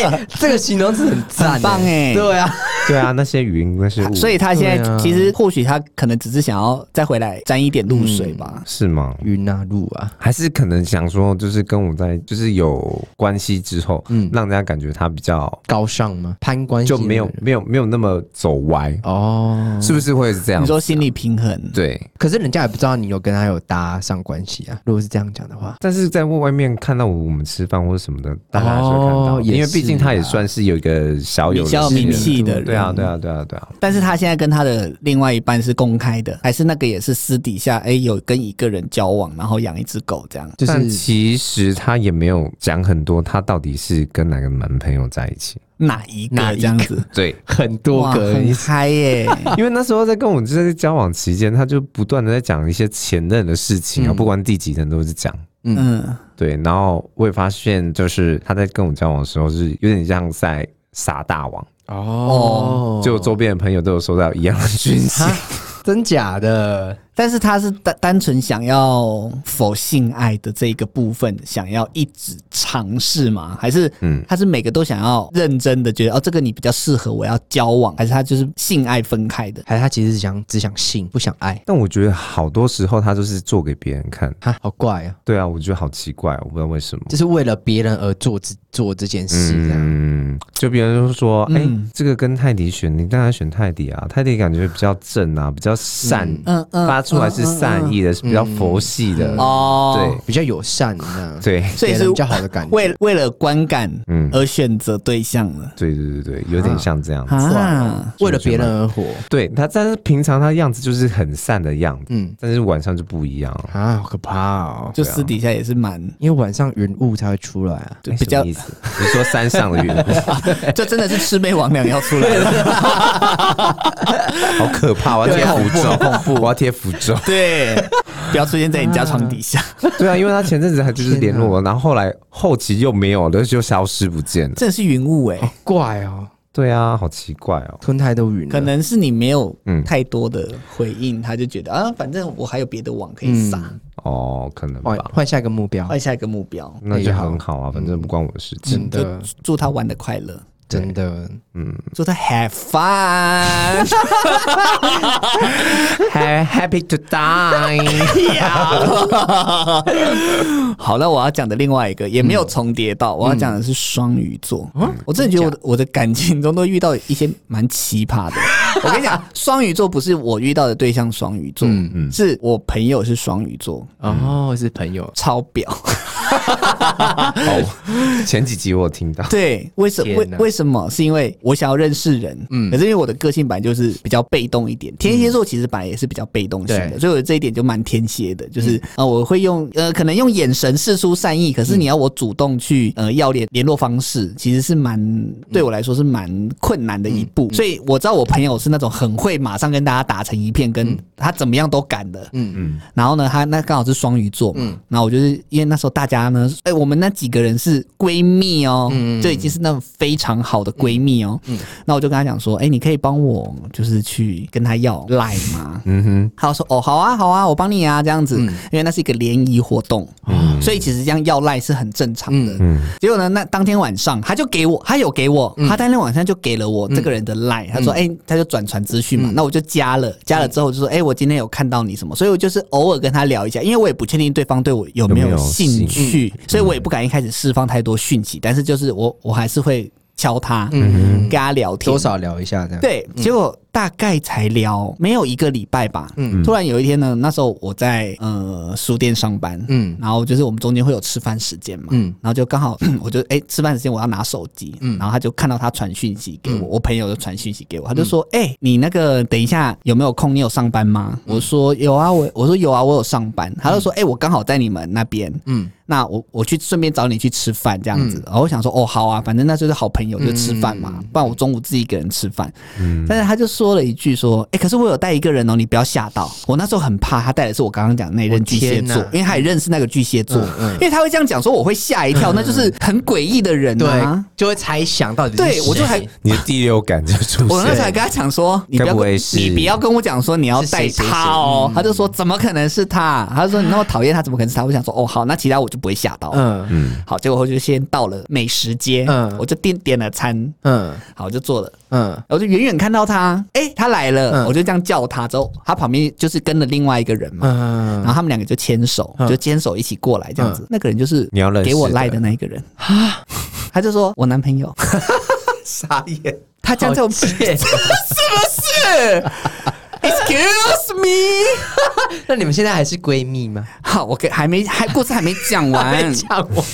S3: 哎 这个形容词很赞、
S1: 很棒哎
S3: 对啊，
S2: 对啊那些云那些 雾，
S1: 所以他现
S3: 对
S1: 在
S3: 啊
S1: 其实或许他可能只是想要再回来沾一点露水吧。
S2: 是吗？
S3: 云啊，路啊，
S2: 还是可能想说，就是跟我在就是有关系之后，
S3: 嗯
S2: 让人家感觉他比较
S3: 高尚吗？攀关系
S2: 就没有没有没有那么走歪，
S3: 哦，
S2: 是不是会是这样
S1: 嗯你？说心理平衡，
S2: 对，
S3: 可是人家也不知道你有跟他有搭上关系啊。如果是这样讲的话，
S2: 但是在外面看到我们吃饭或者什么的，大家还是会看到，
S3: 哦也
S2: 因为毕竟他也
S3: 是啊
S2: 算是有一个小有
S1: 比较有
S2: 人
S1: 名
S2: 气
S1: 气的人，
S2: 对啊，对。啊，对啊，对啊，
S1: 但是他现在跟他的另外一半是公开的，还是那个也是私底下，哎、有跟一个人交往，然后养一只狗这样。
S3: 就
S2: 但
S3: 是
S2: 其实他也没有讲很多，他到底是跟哪个男朋友在一起？
S1: 哪一个
S3: 哪一个
S1: 这样子？
S2: 对，
S3: 很
S1: 哇，
S3: 多个
S1: 很
S3: 意思，
S1: 嗨耶、
S2: 因为那时候在跟我们这在交往期间，他就不断的在讲一些前任的事情啊，
S3: 嗯
S2: 不管第几任都是讲。
S1: 嗯，
S2: 对，然后我也发现，就是他在跟我交往的时候，是有点像在撒大网，
S1: 哦
S2: 就周边的朋友都有收到一样的讯息。
S3: 真假的，
S1: 但是他是单单纯想要否性爱的这一个部分，想要一直尝试吗？还是
S2: 嗯，
S1: 他是每个都想要认真的觉得哦，这个你比较适合，我要交往，还是他就是性爱分开的？
S3: 还是他其实想只想性不想爱？
S2: 但我觉得好多时候他就是做给别人看。
S3: 哈，好怪啊！
S2: 对啊，我觉得好奇怪，我不知道为什么。
S3: 就是为了别人而做这做这件事，这样、
S2: 嗯，就别人就说，哎、
S1: 嗯
S2: 这个跟泰迪选，你当然选泰迪啊，泰迪感觉比较正啊，比较善，
S1: 嗯嗯嗯
S2: 发出来是善意的，是比较佛系的，
S1: 哦，
S2: 对
S3: 比较友善呢，，
S2: 对
S1: 所以
S3: 给
S1: 是
S3: 人比较好的感觉。
S1: 为了为了观感
S2: 嗯
S1: 而选择对象了
S2: 对对对对，有点像这样子。
S1: 啊。
S3: 为了别人而活，
S2: 对他，但是平常他样子就是很善的样子，
S3: 嗯
S2: 但是晚上就不一样了。
S3: 啊，好可怕哦！
S1: 就私底下也是蛮，
S3: 因为晚上云雾才会出来啊。
S1: 就
S2: 哎
S1: 比
S2: 什
S1: 较
S2: 么意，思？你说山上的云 雾，
S1: 就真的是魑魅魍魉要出来了。
S2: 好可怕！我要贴符咒，恐怖！我要贴符咒。
S1: 对，不要出现在你家床底下。
S2: 对啊，因为他前阵子还就是联络我，然后后来后期又没有了，就消失不见 了。
S1: 真的是云雾哎，
S3: 怪哦，
S2: 对啊，好奇怪哦。
S3: 吞太多云了，
S1: 可能是你没有
S2: 嗯
S1: 太多的回应，他就觉得啊，反正我还有别的网可以撒，
S2: 哦，可能
S1: 哎
S3: 换
S2: 吧。
S3: 换下一个目标，
S1: 换下一个目标，
S2: 那就很好
S1: 哎
S2: 啊，反正不关我的事情。
S1: 嗯
S3: 真的嗯
S1: 就祝他玩的快乐，
S3: 真的
S1: 祝他 have fun。
S2: Happy to die。
S1: 好，那我要讲的另外一个也没有重叠到，我要讲的是双鱼座。我真的觉得我的我的感情中都遇到一些蛮奇葩的。我跟你讲，双鱼座不是我遇到的对象，双鱼座，是我朋友是双鱼座，
S3: 哦，是朋友，
S1: 超表。
S2: 哦，前几集我有听到，
S1: 对，为什
S3: 天
S1: 为
S3: 哪
S1: 为什么？是因为我想要认识人，嗯，可是因为我的个性本来就是比较被动一点，天蝎座其实本来也是比较被动型的，
S3: 嗯对嗯
S1: 所以我这一点就蛮天蝎的，就是、呃，我会用呃，可能用眼神示出善意，可是你要我主动去呃要联联络方式，其实是蛮
S3: 嗯
S1: 对我来说是蛮困难的一步，所以我知道我朋友是那种很会马上跟大家打成一片，
S3: 嗯
S1: 跟他怎么样都敢的，然后呢，她那刚好是双鱼座嘛，然后我就是因为那时候大家呢，哎、我们那几个人是闺蜜哦，就已经是那种非常好的闺蜜哦，那我就跟她讲说，哎、你可以帮我就是去跟她要赖吗？
S2: 嗯哼，
S1: 她就说，哦，好啊，好啊，我帮你啊，这样子，因为那是一个联谊活动，所以其实这样要赖是很正常的。
S2: 嗯
S1: 结果呢，那当天晚上他就给我，他有给我，
S3: 嗯
S1: 他当天晚上就给了我这个人的 line，、他说，哎、他就转传资讯
S3: 嗯
S1: 嘛，那我就加了，加了之后就说，哎、我今天有看到你什么，所以我就是偶尔跟他聊一下，因为我也不确定对方对我有没
S2: 有没有
S1: 兴
S2: 兴
S1: 趣，所以我也不敢一开始释放太多讯息，但是就是我我还是会敲他，嗯、跟他聊天
S3: 多，少嗯聊一下这样。，
S1: 对，结果大概才聊没有一个礼拜吧。
S3: 嗯
S1: 突然有一天呢，那时候我在呃书店上班，
S3: 嗯
S1: 然后就是我们中间会有吃饭时间嘛，
S3: 嗯
S1: 然后就刚好 我就哎、吃饭时间我要拿手机，然后他就看到他传讯息给我，
S3: 嗯
S1: 我朋友就传讯息给我，他就说哎、你那个等一下有没有空？你有上班吗？
S3: 嗯
S1: 我说有啊，我我说有啊，我有上班。他就说哎、我刚好在你们那边，
S3: 嗯
S1: 那我我去顺便找你去吃饭这样子，然后我想说哦好啊，反正那就是好朋友就吃饭嘛，
S3: 嗯
S1: 不然我中午自己一个人吃饭。但是他就说了一句说，哎、可是我有带一个人哦，你不要吓到。我那时候很怕他带的是我刚刚讲的那一任巨蟹座
S3: 我天，哪
S1: 因为他也认识那个巨蟹座，
S2: 嗯
S1: 因为他会这样讲说我会吓一跳，那就是很诡异的人
S3: 对
S1: 啊。，
S3: 就会猜想到底是
S1: 对我就
S3: 谁
S1: 还
S2: 你的第六感就出
S1: 我
S2: 现
S1: 那时候还跟他讲说，你不要
S2: 该不
S1: 跟
S2: 会是
S1: 你不要跟我讲说你要带他哦，
S2: 嗯
S1: 他就说怎么可能是他？他就说你那么讨厌他，怎么可能是他？我想说哦好，那其他我就不会吓到。
S3: 嗯
S1: 好，结果我就先到了美食街，
S3: 嗯
S1: 我就点点了餐，
S3: 嗯
S1: 好我就坐了，
S3: 嗯，
S1: 我就远远看到他，哎、他来了，
S3: 嗯
S1: 我就这样叫他，之后他旁边就是跟了另外一个人嘛，
S3: 嗯
S1: 然后他们两个就牵手，就牵手一起过来这样子，那个人就是
S2: 你要认识
S1: 给我
S2: 的
S1: 赖的那一个人啊，他就说我男朋友，
S3: 傻眼，
S1: 他 这样叫我是不是？Excuse me，
S3: 那你们现在还是闺 蜜吗？
S1: 好，我给还没还故事还没讲完，
S3: 讲完，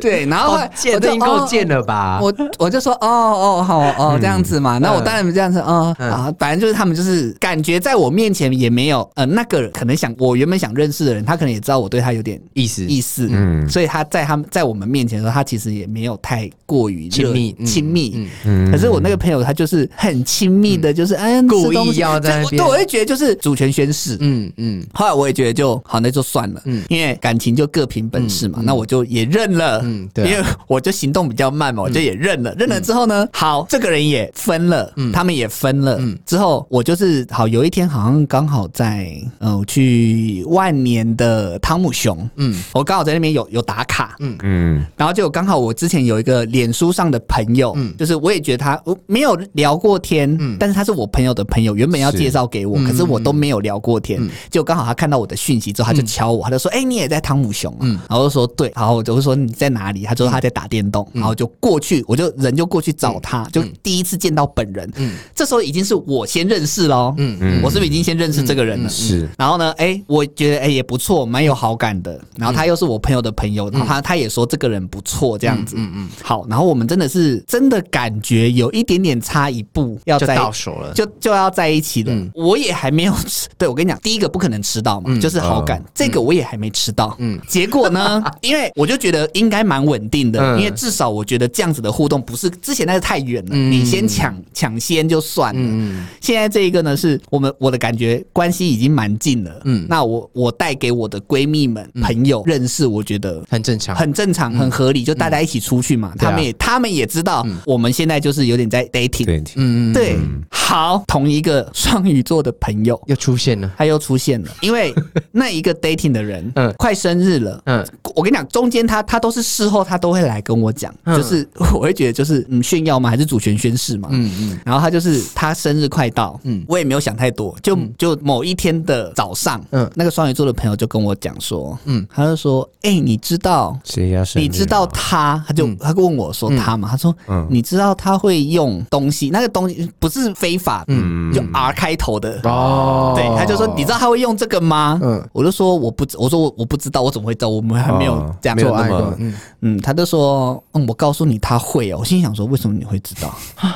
S1: 对，然后
S3: 好
S1: 后来
S3: 贱，
S1: 哎我
S3: 这
S1: 就
S3: 已经够
S1: 哦
S3: 贱了吧？
S1: 我我就说哦哦好哦这样子嘛，那我当然这样子哦啊，反正就是他们就是感觉在我面前也没有呃那个人可能想我原本想认识的人，他可能也知道我对他有点
S3: 意思
S1: 意思，
S2: 嗯
S1: 所以他在他们在我们面前的时候，他其实也没有太过于热
S3: 亲密嗯
S1: 亲密。
S2: 嗯
S1: 可是我那个朋友他就是很亲密的，就是嗯
S3: 故意
S1: 吃东西
S3: 要在那
S1: 这我
S3: 边
S1: 对，我会觉得就是主权宣誓，
S3: 嗯嗯
S1: 后来我也觉得就好，那就算了，因为感情就各凭本事嘛，那我就也认了，
S3: 嗯对啊嗯
S1: 因为我就行动比较慢嘛，我就也认了，认了之后呢，好，这个人也分了，
S3: 嗯
S1: 他们也分了，之后我就是好，有一天好像刚好在嗯、呃我去万年的汤姆熊，嗯，我刚好在那边有有打卡，嗯，
S2: 嗯
S1: 然后就刚好我之前有一个脸书上的嗯呃朋友，就是我也觉得他我没有聊过天，但是他是我朋友的朋友，原本要介绍给给我，可是我都没有聊过天。就刚好他看到我的讯息之后，他就敲我，他就说：“哎、你也在汤姆熊啊？”然后我就说：“对。”然后我就说：“你在哪里？”他就说：“他在打电动。然后就过去，我就人就过去找他，就第一次见到本人。这时候已经是我先认识喽。嗯嗯，我是不是已经先认识这个人了？
S2: 是
S1: 然后呢，哎、我觉得哎、也不错，蛮有好感的。然后他又是我朋友的朋友，然后他他也说这个人不错，这样子。嗯嗯好，然后我们真的是真的感觉有一点点差一步，要
S3: 就
S1: 在
S3: 到手了。
S1: 就就要在一起
S3: 嗯
S1: 了。我也还没有吃，对我跟你讲，第一个不可能吃到嘛，就是好感，
S3: 哦
S1: 这个我也还没吃到。嗯，结果呢，因为我就觉得应该蛮稳定的，
S3: 嗯
S1: 因为至少我觉得这样子的互动不是之前那是太远了，
S3: 嗯
S1: 你先抢抢先就算了。现在这一个呢，是我们我的感觉关系已经蛮近了。嗯，那我我带给我的闺蜜们、朋
S3: 嗯
S1: 友认识，我觉得
S3: 很正常，
S1: 很正常，很合理，就大家一起出去嘛。
S3: 嗯对啊
S1: 他们也他们也知道，我们现在就是有点在 dating，
S2: 对，
S3: 嗯，
S1: 对，好，同一个双鱼座的朋友。
S3: 又出现了，
S1: 他又出现了，因为那一个 dating 的人，
S3: 嗯
S1: 快生日了，
S3: 嗯
S1: 我跟你讲，中间他他都是事后他都会来跟我讲，
S3: 嗯
S1: 就是 我会觉得就是嗯炫耀吗？还是主权宣誓嘛？
S3: 嗯嗯，
S1: 然后他就是他生日快到，
S3: 嗯
S1: 嗯，我也没有想太多，就、就某一天的早上，
S3: 嗯
S1: 嗯，那个双鱼座的朋友就跟我讲说，
S3: 嗯
S1: 嗯，他就说，哎、你知道
S2: 谁要生日啊
S1: 你知道
S2: 吗
S1: 他，他就、他问我说他嘛，他说、
S2: 嗯
S1: 你知道他会用东西，那个东西不是非法，嗯，就 R 开头的。
S3: 哦
S1: 对，他就说：“你知道他会用这个吗？”
S3: 嗯
S1: 我就说：“我不知，我说我我不知道，我怎么会知道？我们还没有
S2: 哦
S1: 这样
S2: 没有
S1: 做
S3: 做
S1: 爱。
S3: 爱
S2: 那
S3: 过
S2: 么，
S3: 嗯，
S1: 嗯，他就说：“嗯，我告诉你他会哦。”我心想说：“为什么你会知道？”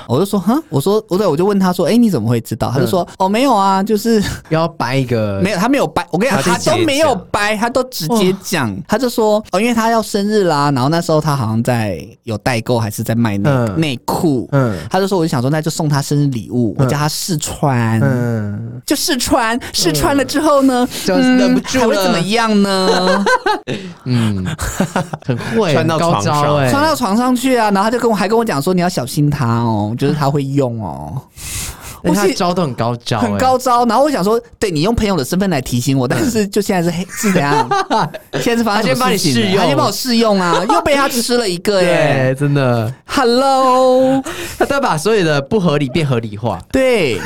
S1: 我就说：“哈，我说我对，我就问他说：‘哎、你怎么会知道？’他就说：‘哦，没有啊，就是
S3: 要掰一个，
S1: 没有，他没有掰。我跟你讲，
S2: 他
S1: 他
S2: 直接
S1: 都没有
S2: 讲
S1: 掰，他都直接讲，他就说哦，因为他要生日啦，然后那时候他好像在有代购还是在卖内
S3: 嗯
S1: 内裤，
S3: 嗯
S1: 他就说我就想说那就送他生日礼物，我叫他试穿，
S3: 嗯，
S1: 就试穿，试穿了之后呢，嗯
S3: 就忍不住
S1: 还会怎么
S3: 了，
S1: 样呢？
S3: 嗯， 很会，
S2: 穿到
S3: 很高
S2: 床上
S3: 招哎，
S1: 穿到床上去啊，然后他就跟我还跟我讲说你要小心他哦，就是他会用哦。我
S3: 人家
S1: 是
S3: 哎招都很高招，欸
S1: 很，高招。然后我想说，对你用朋友的身份来提醒我，但是就现在是黑是怎 样？现在是发生什么事情
S3: 嗯他先帮你试用
S1: 他先帮我试用啊，又被他吃了一个耶。
S3: 对，真的，
S1: Hello，
S3: 他都把所有的不合理变合理化，
S1: 对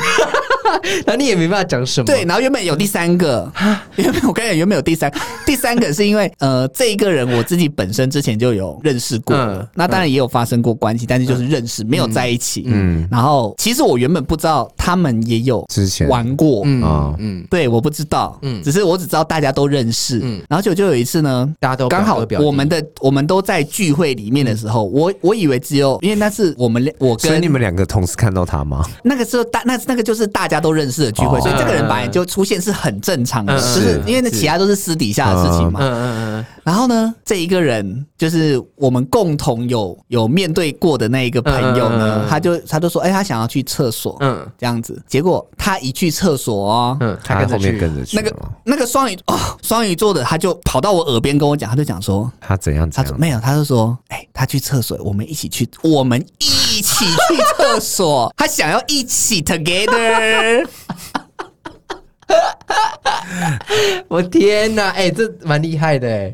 S3: 然后你也没办法讲什么，
S1: 对，，然后原本有第三个，原本我跟你讲原本有第三，第三个是因为呃这一个人我自己本身之前就有认识过了，
S3: 嗯
S1: 那当然也有发生过关系，但是就是认识、没有在一起。
S2: 嗯
S1: 然后其实我原本不知道他们也有
S2: 之前
S1: 玩过，
S2: 哦
S3: 嗯嗯，
S1: 对，我不知道，
S3: 嗯
S1: 嗯，只是我只知道大家都认识，
S3: 嗯
S1: 嗯，然后就就有一次呢，
S3: 大家都表
S1: 刚好
S3: 哥表弟
S1: 我们的我们都在聚会里面的时候，我我以为只有因为那是我们俩我
S2: 所以
S1: 跟
S2: 你们两个同时看到他吗？
S1: 那个时候大那那个就是大家都认识的聚会，
S2: 哦
S1: 所以这个人
S3: 嗯
S1: 本来就出现是很正常的，
S3: 嗯
S1: 就是
S2: 是
S1: 因为那其他都是私底下的事情嘛。
S3: 嗯嗯
S1: 然后呢，这一个人就是我们共同有有面对过的那一个朋友
S3: 嗯嗯嗯
S1: 呢
S3: 嗯，
S1: 他就他就说，哎，他想要去厕所，
S3: 嗯
S1: 这样子，结果他一去厕所哦，
S3: 嗯，他
S2: 他
S3: 跟着
S2: 后面
S3: 去，
S2: 跟着去
S1: 那
S2: 吗，
S1: 个那个双鱼哦，双鱼座的他就跑到我耳边跟我讲，他就讲说，
S2: 他怎样
S1: 他
S2: 怎
S1: 说
S2: 样？
S1: 没有，他就说，哎、他去厕所，我们一起去，我们一起去厕 所，他想要一起 together，
S3: 我天哪，哎，这蛮厉害的哎，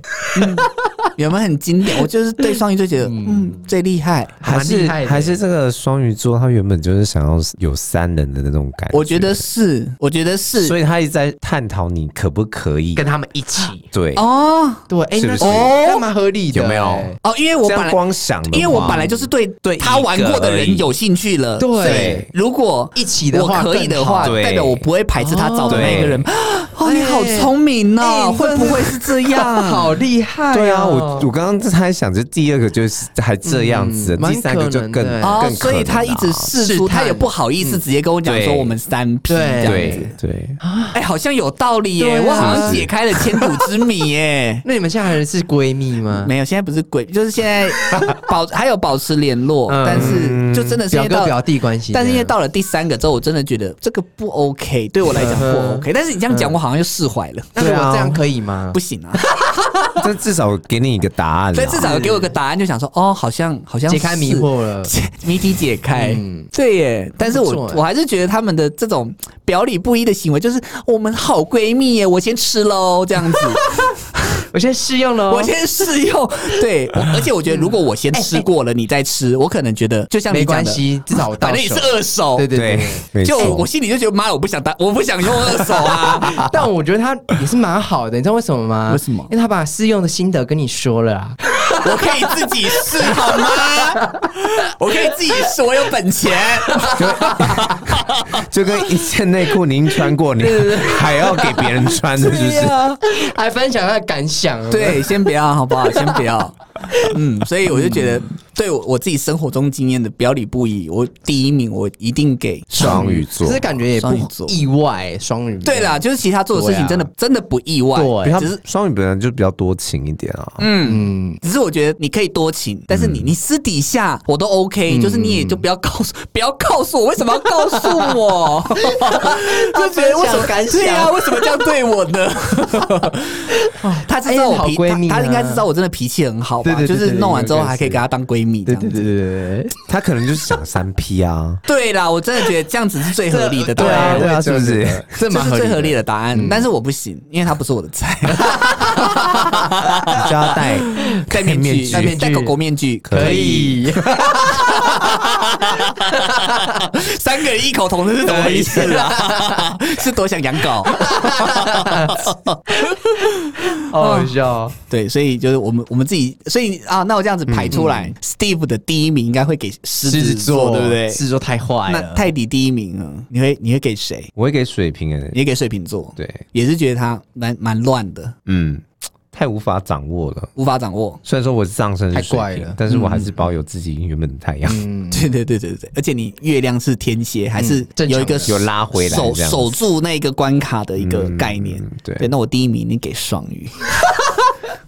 S1: 有没有很经典？我就是对双鱼座觉得，嗯，最厉害。
S2: 还
S3: 蛮厉
S2: 是
S3: 害的
S2: 还是这个双鱼座，他原本就是想要有三人的那种感
S1: 我觉得是，我觉得是
S2: 所以他一直在探讨你可不可以
S3: 跟他们一起，
S2: 对
S1: 哦
S3: 对，哎，
S2: 是
S3: 那
S2: 不是
S3: 那蛮合理的，
S2: 有没有
S3: 哎
S1: 哦，因为我
S2: 这
S1: 本
S2: 样
S1: 来
S2: 光想的话，
S1: 因为我本来就是对
S2: 对
S1: 他玩过的
S2: 一个而已
S1: 人有兴趣了，
S3: 对
S1: 所以如果
S3: 一起的
S1: 我
S3: 话
S1: 可以的
S3: 更好
S1: 话，
S2: 对
S1: 代表我不会排斥他找的那个人。哦，你好聪明
S3: 哎
S1: 哦！
S3: 你
S1: 会
S3: 真的
S1: 不会是这样？
S3: 好厉
S1: 哎
S3: 害哦！
S2: 对啊，我我刚刚在猜想，就第二个就是还这样子，
S3: 嗯蛮
S2: 第三个就更
S3: 可能的
S1: 哦
S2: 更，可
S1: 所
S2: 能啊
S1: 以他一直试
S3: 试
S1: 出，
S3: 探
S1: 他也不好意思直接跟我讲
S2: 对
S1: 说我们三 P
S3: 对
S1: 这样子。
S2: 对对，
S1: 哎，好像有道理
S3: 对
S1: 耶，
S3: 啊。
S1: 我好像解开了千古之谜耶
S3: 那你们现在还是闺蜜吗？
S1: 没有，现在不是鬼，就是现在保还有保持联络，
S3: 嗯
S1: 但是就真的是因
S3: 表
S1: 为
S3: 哥
S1: 到
S3: 表弟关系，
S1: 但是因为到了第三个之后，我真的觉得这个不 OK，对我来讲不
S3: 嗯
S1: OK。但是你这样讲，我好像又释怀了。
S3: 那如果这样可以吗？
S1: 不行啊！
S2: 这至少给你一个答案啦，
S1: 所以至少给我个答案，就想说，哦，好像好像
S3: 解开迷
S1: 是，
S3: 惑了，
S1: 解 谜题解开。
S3: 嗯
S1: 对耶，但是
S3: 不
S1: 我
S3: 错耶欸
S1: 我还是觉得他们的这种 表里不一的行为，就是我们好闺蜜耶，我先吃喽这样子。
S3: 我先试用了，
S1: 我先试用，对，我而且我觉得如果我先吃过了，你再吃，我可能觉得就像你
S3: 没
S1: 讲
S3: 关
S1: 的，
S3: 系，至少我到
S1: 反正也
S3: 手
S1: 是。二手，
S3: 对对 对，
S2: 没
S1: 就
S2: 错
S1: 我心里就觉得妈，我不想当，我不想用二手啊。
S3: 但我觉得他也是蛮好的，你知道为什么吗？
S1: 为什么
S3: 因为他把试用的心得跟你说了啊。
S1: 我可以自己试好吗？我可以自己试，我有本钱。
S2: 就跟一件内裤您穿过， 你还要给别人穿的，是不是？
S1: 啊，
S3: 还分享他的感想。 啊
S1: 对，先不要好不好？先不要。嗯，所以我就觉得，对我我自己生活中经验的表里不一，我第一名我一定给
S2: 双鱼座
S3: 其实感觉也不
S1: 双鱼座
S3: 意外，双鱼。
S1: 对啦，，就是其他做的事情真的、
S3: 对啊
S1: 真的不意外，
S3: 对
S2: 他
S1: 只是
S2: 双鱼本来就比较多情一点啊，
S1: 嗯。
S3: 嗯，
S1: 只是我觉得你可以多情，但是你你私底下我都
S3: 嗯
S1: OK，、就是你也就不要告诉 不要告诉我为什么要告诉 我，就觉得为什么
S3: 分享感想
S1: 对啊，为什么这样对我 呢？啊她是知道我
S3: 哎好
S1: 脾，
S3: 闺蜜啊
S1: 她她应该是知道我真的脾气很好吧？
S3: 对对对
S1: 就是弄完之后
S3: 应该是
S1: 还可以跟她当闺蜜这
S3: 对
S1: 样子。
S3: 对对对对对，
S2: 他可能就是想三 P 啊，
S1: 对啦，我真的觉得这样子是最合理的答
S2: 对啊
S1: 案，
S2: 对啊
S3: 我也觉
S2: 是不
S3: 得
S2: 是
S3: 这
S1: 这
S3: 蛮
S1: 是
S3: 合理
S1: 最
S3: 的
S1: 合理的答
S2: 嗯
S1: 案。但是我不行，因为她不是我的菜。
S2: 你就要 戴
S1: 戴面
S2: 面
S1: 具，
S2: 具
S1: 戴面戴狗狗面具
S2: 可
S3: 以。
S1: 三个人异口同声是怎么回事啊？ 是多想养狗？
S3: 哦好好笑。
S1: 对，所以就是我们我们自己，所以啊，那我这样子排出
S2: 嗯
S1: 来、s t e v e 的第一名应该会给狮子座，对不对
S3: 狮？子座太
S2: 哎
S3: 坏
S1: 那
S3: 了，
S1: 泰迪第一名呢？你会你会给谁？
S2: 我会给水瓶诶、
S1: 你会给水瓶座？，
S2: 对，
S1: 也是觉得他蛮蛮乱的，
S2: 嗯，太无法掌握了。
S1: 无法掌握。
S2: 虽然说我是上升是
S3: 太怪
S2: 水瓶
S3: 了，
S2: 但是
S1: 嗯
S2: 我还是保有自己原本的太阳。
S3: 嗯，
S1: 对对对对对，而且你月亮是天蝎，还是
S3: 正常
S1: 有一个
S3: 的
S2: 有拉回来
S1: 守
S2: 这样子
S1: 守住那个关卡的一个概念。
S2: 嗯对
S1: 那我第一名你给双鱼。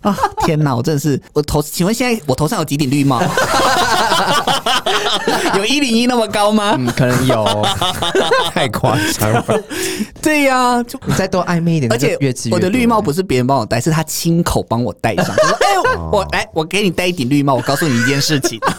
S1: 啊！天哪，我真的是我头，请问现在我头上有几顶绿帽？ 有一零一那么高吗？
S3: 嗯可能 有。
S2: 太夸张了，
S1: 对呀、就
S3: 你再多暧昧一点，
S1: 而且
S3: 那就越吃越多
S1: 我的绿帽不是别人帮我戴，是他亲口帮我戴上。 他说：“哎、我
S2: 哦
S1: 我来，我给你戴一顶绿帽，我告诉你一件事情。”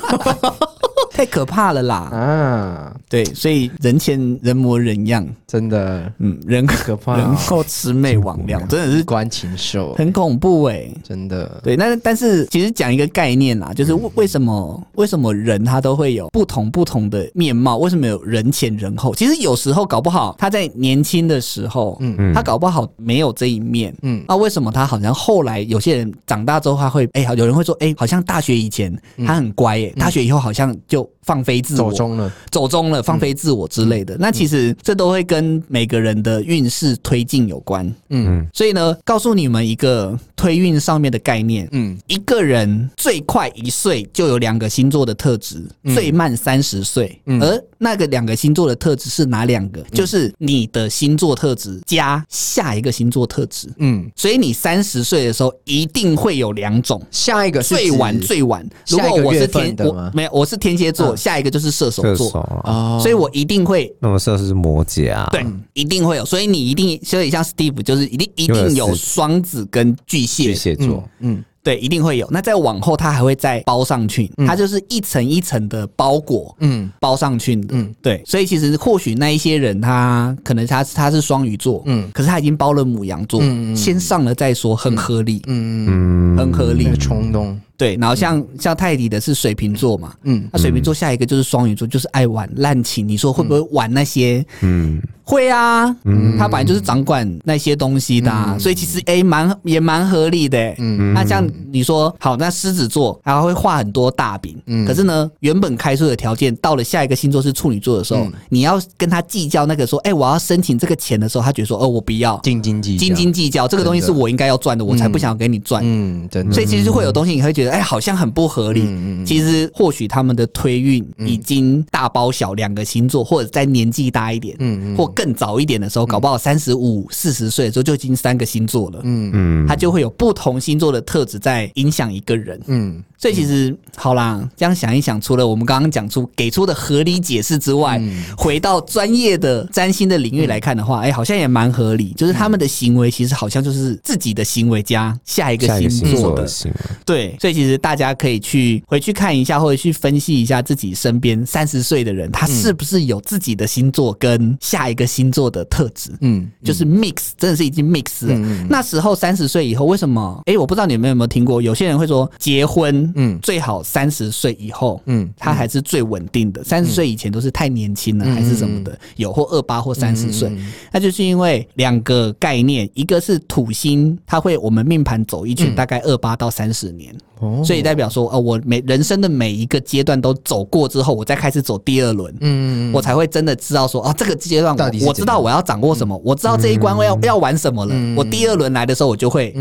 S1: 太可怕了啦！
S3: 啊，
S1: 对，所以人前人模人样，
S3: 真的
S1: 嗯，人可
S3: 怕哦
S1: 人后魑魅魍魉，真的是
S3: 关禽兽，
S1: 很恐怖哎、
S3: 真的
S1: 对，那但是其实讲一个概念啦，就是为为什么、为什么人他都会有不同不同的面貌？为什么有人前人后？其实有时候搞不好他在年轻的时候，嗯，他搞不好没有这一面，嗯
S3: 嗯，
S1: 那、为什么他好像后来有些人长大之后他会，哎、好有人会说，哎、好像大学以前他很乖、哎、大学以后好像就放飞自我，
S3: 走中了。
S1: 走中了，放飞自我之
S3: 嗯
S1: 类的。那其实这都会跟每个人的运势推进有关。
S3: 嗯
S1: 所以呢，告诉你们一个推运上面的概念。
S3: 嗯，
S1: 一个人最快一岁就有两个星座的特质，
S3: 嗯
S1: 最慢三十岁。而那个两个星座的特质是哪两
S3: 嗯
S1: 个？就是你的星座特质加下一个星座特质。
S3: 嗯，
S1: 所以你三十岁的时候一定会有两种，
S3: 下一个是
S1: 最
S3: 指
S1: 晚最晚。如
S3: 下一
S1: 果
S3: 个
S1: 我是
S3: 月份
S1: 天，
S3: 的
S1: 我
S3: 吗
S1: 没有，我是天蝎座，
S3: 嗯
S1: 下一个就是射手
S2: 射
S1: 座。
S2: 手啊，
S3: 哦，
S1: 所以我一定会。
S2: 那么射手是摩羯啊，
S1: 对，一定会有，所以你一定，所以像 Steve 就是一定一
S2: 又有
S1: 定有
S2: 四
S1: 双子跟巨蟹，
S2: 巨蟹座，
S3: 嗯
S1: 对，一定会有。那再往后，它还会再包上去，它就是一层一层的包裹，
S3: 嗯
S1: 包上去的。
S3: 嗯
S1: 对，所以其实或许那一些人他，可能他他是双鱼座，
S3: 嗯
S1: 可是他已经包了母羊座，
S3: 嗯嗯嗯
S1: 先上了再说，很合理，
S3: 嗯，
S2: 嗯，
S1: 很合理
S3: 那个。冲动，
S1: 对，嗯然后像、像泰迪的是水瓶座嘛，
S3: 嗯
S1: 那水瓶座下一个就是双鱼座，就是爱玩滥情。你说会不会玩那些？
S2: 嗯，
S1: 会啊，他本来就是掌管那些东西的啊、所以其实诶蛮、也蛮合理的、嗯，那像你说好，那狮子座还会画很多大饼，可是呢，原本开出的条件到了下一个星座是处女座的时候，你要跟他计较那个说，哎、我要申请这个钱的时候，他觉得说，哦，我不要，
S3: 斤斤计较
S1: 斤斤计较，这个东西是我应该要赚的，我才不想要给你赚。
S3: 嗯，真的，
S1: 所以其实会有东西，你会觉得，哎，好像很不合
S2: 嗯
S1: 理。其实或许他们的推运已经大包小两个星座，或者在年纪大一点，
S3: 嗯
S1: 或更早一点的时
S2: 嗯
S1: 候，搞不好三十五、四十岁的时候就已经三个星座了。
S3: 嗯
S2: 嗯，
S1: 它就会有不同星座的特质在影响一个人，
S3: 嗯
S1: 所以其实好啦，这样想一想，除了我们刚刚讲出给出的合理解释之外，
S2: 嗯
S1: 回到专业的占星的领域来看的话，哎，好像也蛮合理，就是他们的行为其实好像就是自己的行为加下一个
S2: 下一个
S1: 星
S2: 星
S1: 座
S2: 座
S1: 的
S2: 的星，
S1: 对，所以其其实大家可以去回去看一下，或者去分析一下自己身边三十岁的人，他是不是有自己的星座跟下一个星座的特质。
S3: 嗯，
S1: 就是 mix，真的是已经 mix 了。
S3: 嗯嗯嗯
S1: 那时候三十岁以后，为什么？哎、我不知道你们有没有听过，有些人会说结婚，
S3: 嗯
S1: 嗯，最好三十岁以后，
S3: 嗯
S1: 嗯，他还是最稳定的。三十岁以前都是太年轻了，
S3: 嗯
S1: 还是什么的，有或二八或三十岁
S3: 嗯嗯嗯，
S1: 那就是因为两个概念，一个是土星，它会我们命盘走一圈，大概二八到三十年。
S3: 嗯哦
S1: 所以代表说，哦，我每人生的每一个阶段都走过之后，我再开始走第二轮，
S3: 嗯，
S1: 我才会真的知道说，哦，这个阶段
S4: 到底是
S1: 我我知
S4: 怎
S1: 道
S4: 样
S1: 我要掌握什么，我知道这一关我要、要玩什么了。我第二轮来的时候，我就
S3: 嗯
S1: 会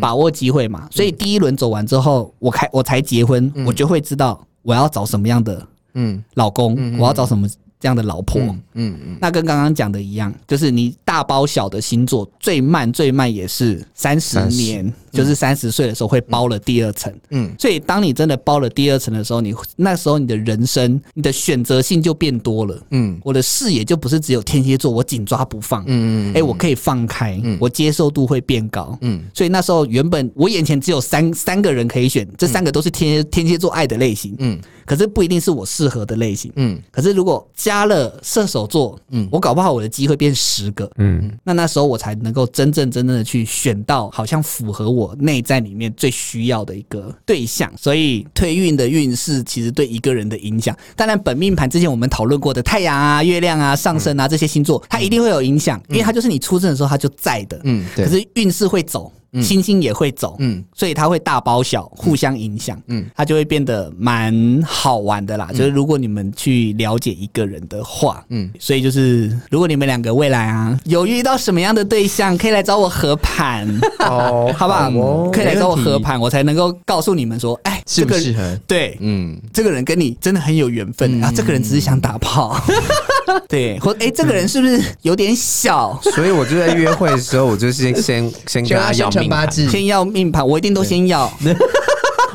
S1: 把握机会嘛。所以第一轮走完之后，我开我才结婚，我就会知道我要找什么样的
S3: 嗯
S1: 老公，我要找什么这样的老婆。
S3: 嗯嗯，
S1: 那跟刚刚讲的一样，就是你大包小的星座，最慢最慢也是三十
S2: 30
S1: 年，就是三十岁的时候会包了第二层。
S3: 嗯
S1: 嗯，所以当你真的包了第二层的时候，你那时候你的人生，你的选择性就变多了。
S3: 嗯
S1: 嗯，我的视野就不是只有天蝎座，我紧抓不放。嗯嗯，哎、我可以放开，我接受度会变高。嗯，所以那时候原本我眼前只有三三个人可以选，这三个都是天蝎天蝎座爱的类型。嗯，可是不一定是我适合的类型。
S3: 嗯
S1: 嗯，可是如果加了射手座，嗯，我搞不好我的机会变十个。
S2: 嗯，
S1: 那那时候我才能够真正真正的去选到好像符合我内在里面最需要的一个对象，所以推运的运势其实对一个人的影响，当然本命盘之前我们讨论过的太阳啊、月亮啊、上升啊这些星座，它一定会有影响，因为它就是你出生的时候它就在的，
S3: 嗯对
S1: 可是运势会走。星星也会走，
S3: 嗯
S1: 嗯，所以它会大包小，互相影响，嗯，它就会变得蛮好玩的啦。就是如果你们去了解一个人的话，
S3: 嗯
S1: 嗯，所以就是如果你们两个未来啊有遇到什么样的对象，可以来找我合盘，
S4: 哦
S1: 好不好？
S4: 哦
S1: 可以来找我
S3: 没问题
S1: 合盘，我才能够告诉你们说，哎，
S3: 适
S1: 这
S3: 不
S1: 个
S3: 适
S1: 人
S3: 合？
S1: 对，
S3: 嗯，
S1: 这个人跟你真的很有缘分、啊，这个人只是想打炮， 对，或哎，这个人是不是有点小？
S2: 所以我就在约会的时候，我就是先先跟
S4: 先
S2: 他
S4: 要
S2: 要
S4: 宣传
S2: 命
S4: 八
S2: 盘，
S4: 字，
S1: 先要命盘，我一定都先要。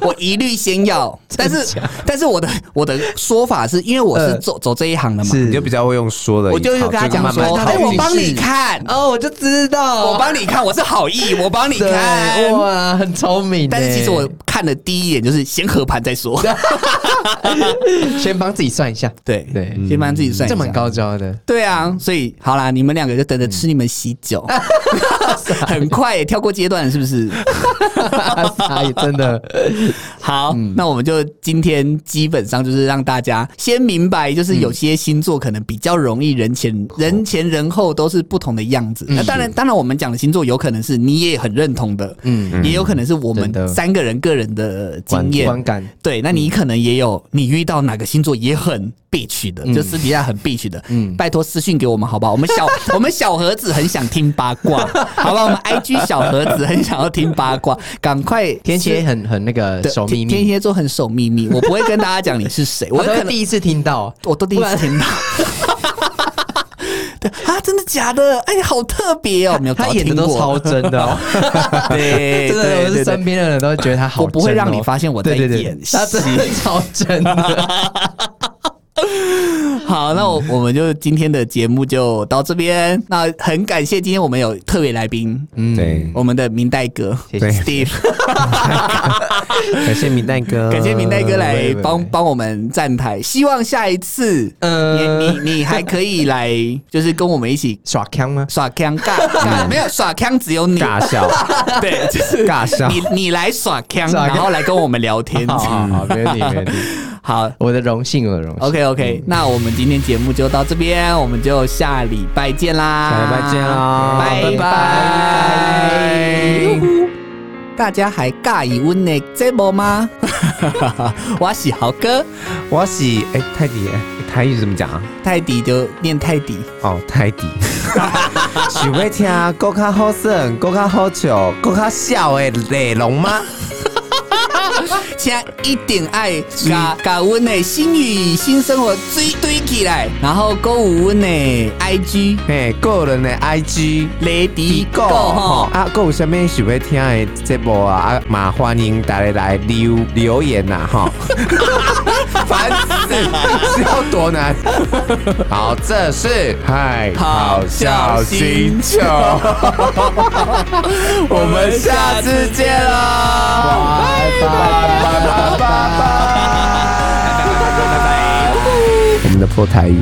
S1: 我一律先 要，但是但是我的我的说法是因为我是
S4: 呃
S1: 走、走这一行的嘛，
S4: 是
S2: 你就比较会用说的一套，
S1: 我就又跟他讲
S2: 慢慢
S1: 说，
S2: 套
S1: 哎，
S4: 运
S1: 我
S4: 势
S1: 帮你 看，
S3: 啊
S1: 哦
S4: 哦，我就知
S1: 我
S4: 道，
S1: 帮你看，我是好意，我帮你
S4: 对，
S1: 看。
S4: 哇，很聪明欸。
S1: 但是其实我看的第一眼就是先和盘再说，
S3: 先帮自己算一下，
S1: 对
S3: 对
S1: 先帮自己算一
S3: 这
S1: 下。
S3: 蛮高招的。
S1: 对啊，所以好啦，你们两个就等着吃你们喜 酒，很快也跳过阶段，是不是？
S3: 傻眼，真的，
S1: 好，
S3: 嗯
S1: 那我们就今天基本上就是让大家先明白，就是有些星座可能比较容易人
S3: 嗯
S1: 前、人前人后都是不同的样子。那当然，当然我们讲的星座有可能是你也很认同的，
S3: 嗯
S1: 嗯，也有可能是我们
S3: 真的嗯
S1: 三个人个人的经验。
S3: 观感，
S1: 对，那你可能也有，你遇到哪个星座也很必取
S3: 嗯
S1: 的，就私底下很必取的，嗯，拜托私信给我们好不好？我们小 我们小盒子很想听八卦，好吧？我们 IG 小盒子很想要听八卦，赶快
S3: 天蝎很很那个
S1: 对
S3: 守秘
S1: 天天
S3: 密，
S1: 蝎座很守秘 密，我不会跟大家讲你是谁，我
S3: 我
S1: 可
S3: 都
S1: 能
S3: 第一次听到，
S1: 我都第一次听到。 对啊，真的假的？哎，好特别哦！没有，
S3: 他
S1: 早
S3: 演的
S1: 听
S3: 都
S1: 过
S3: 超真 的哦，
S1: 对，
S3: 真的，
S1: 对对
S3: 我是
S1: 对
S3: 身边的人都觉得他好真哦，
S1: 我不会让你发现我在
S3: 对对对
S1: 演戏
S3: 他真的超真的，
S1: 好，那
S3: 嗯
S1: 我我们就今天的节目就到这边。那很感谢今天我们有特别来宾，
S3: 嗯
S2: 对，
S1: 我们的明代哥
S3: 谢
S2: 谢
S1: Steve，
S2: 感谢明代哥，
S3: 呃
S1: 感谢明代哥来
S3: 喂喂
S1: 帮帮我们站台。希望下一次，你
S3: 呃，
S1: 你你还可以来，就是跟我们一起
S3: 耍腔吗？
S1: 耍腔尬尬，没有耍腔只有你，
S2: 嗯尬笑，
S1: 对，就是
S2: 尬 笑
S1: 你你来耍腔，
S3: 耍腔
S1: 然后来跟我们聊天。嗯
S3: 好好好，没问题，没问题，
S1: 好
S3: 我的荣幸，我的荣幸。
S1: ，OK
S2: 嗯
S1: OK，那我们今天节目就到这边，我们就下礼拜见啦，
S2: 下礼拜见啦
S1: 拜
S2: 啊拜
S1: 拜。大家还介意阮的节目吗？ 我是豪哥，
S2: 我是哎泰迪，哎台语怎么讲啊？
S1: 泰迪就念泰迪，
S2: 哦，泰迪， 想要听更较好耍、更较好笑、更较笑的内容吗？
S1: 请一定爱加加阮的新语新生活追追起来，然后购有阮的 IG
S2: 嘿，个人的 IG。
S1: 雷迪
S2: 个
S1: 购吼。
S2: 啊，还有啥物想要听的节目啊？啊，嘛欢迎大家来留留言呐、 吼，烦死，是要多难？ 好，这是嗨，
S1: 好笑星
S2: 球，我们下次见喽，拜拜。拜拜拜拜拜拜。我们的破台语。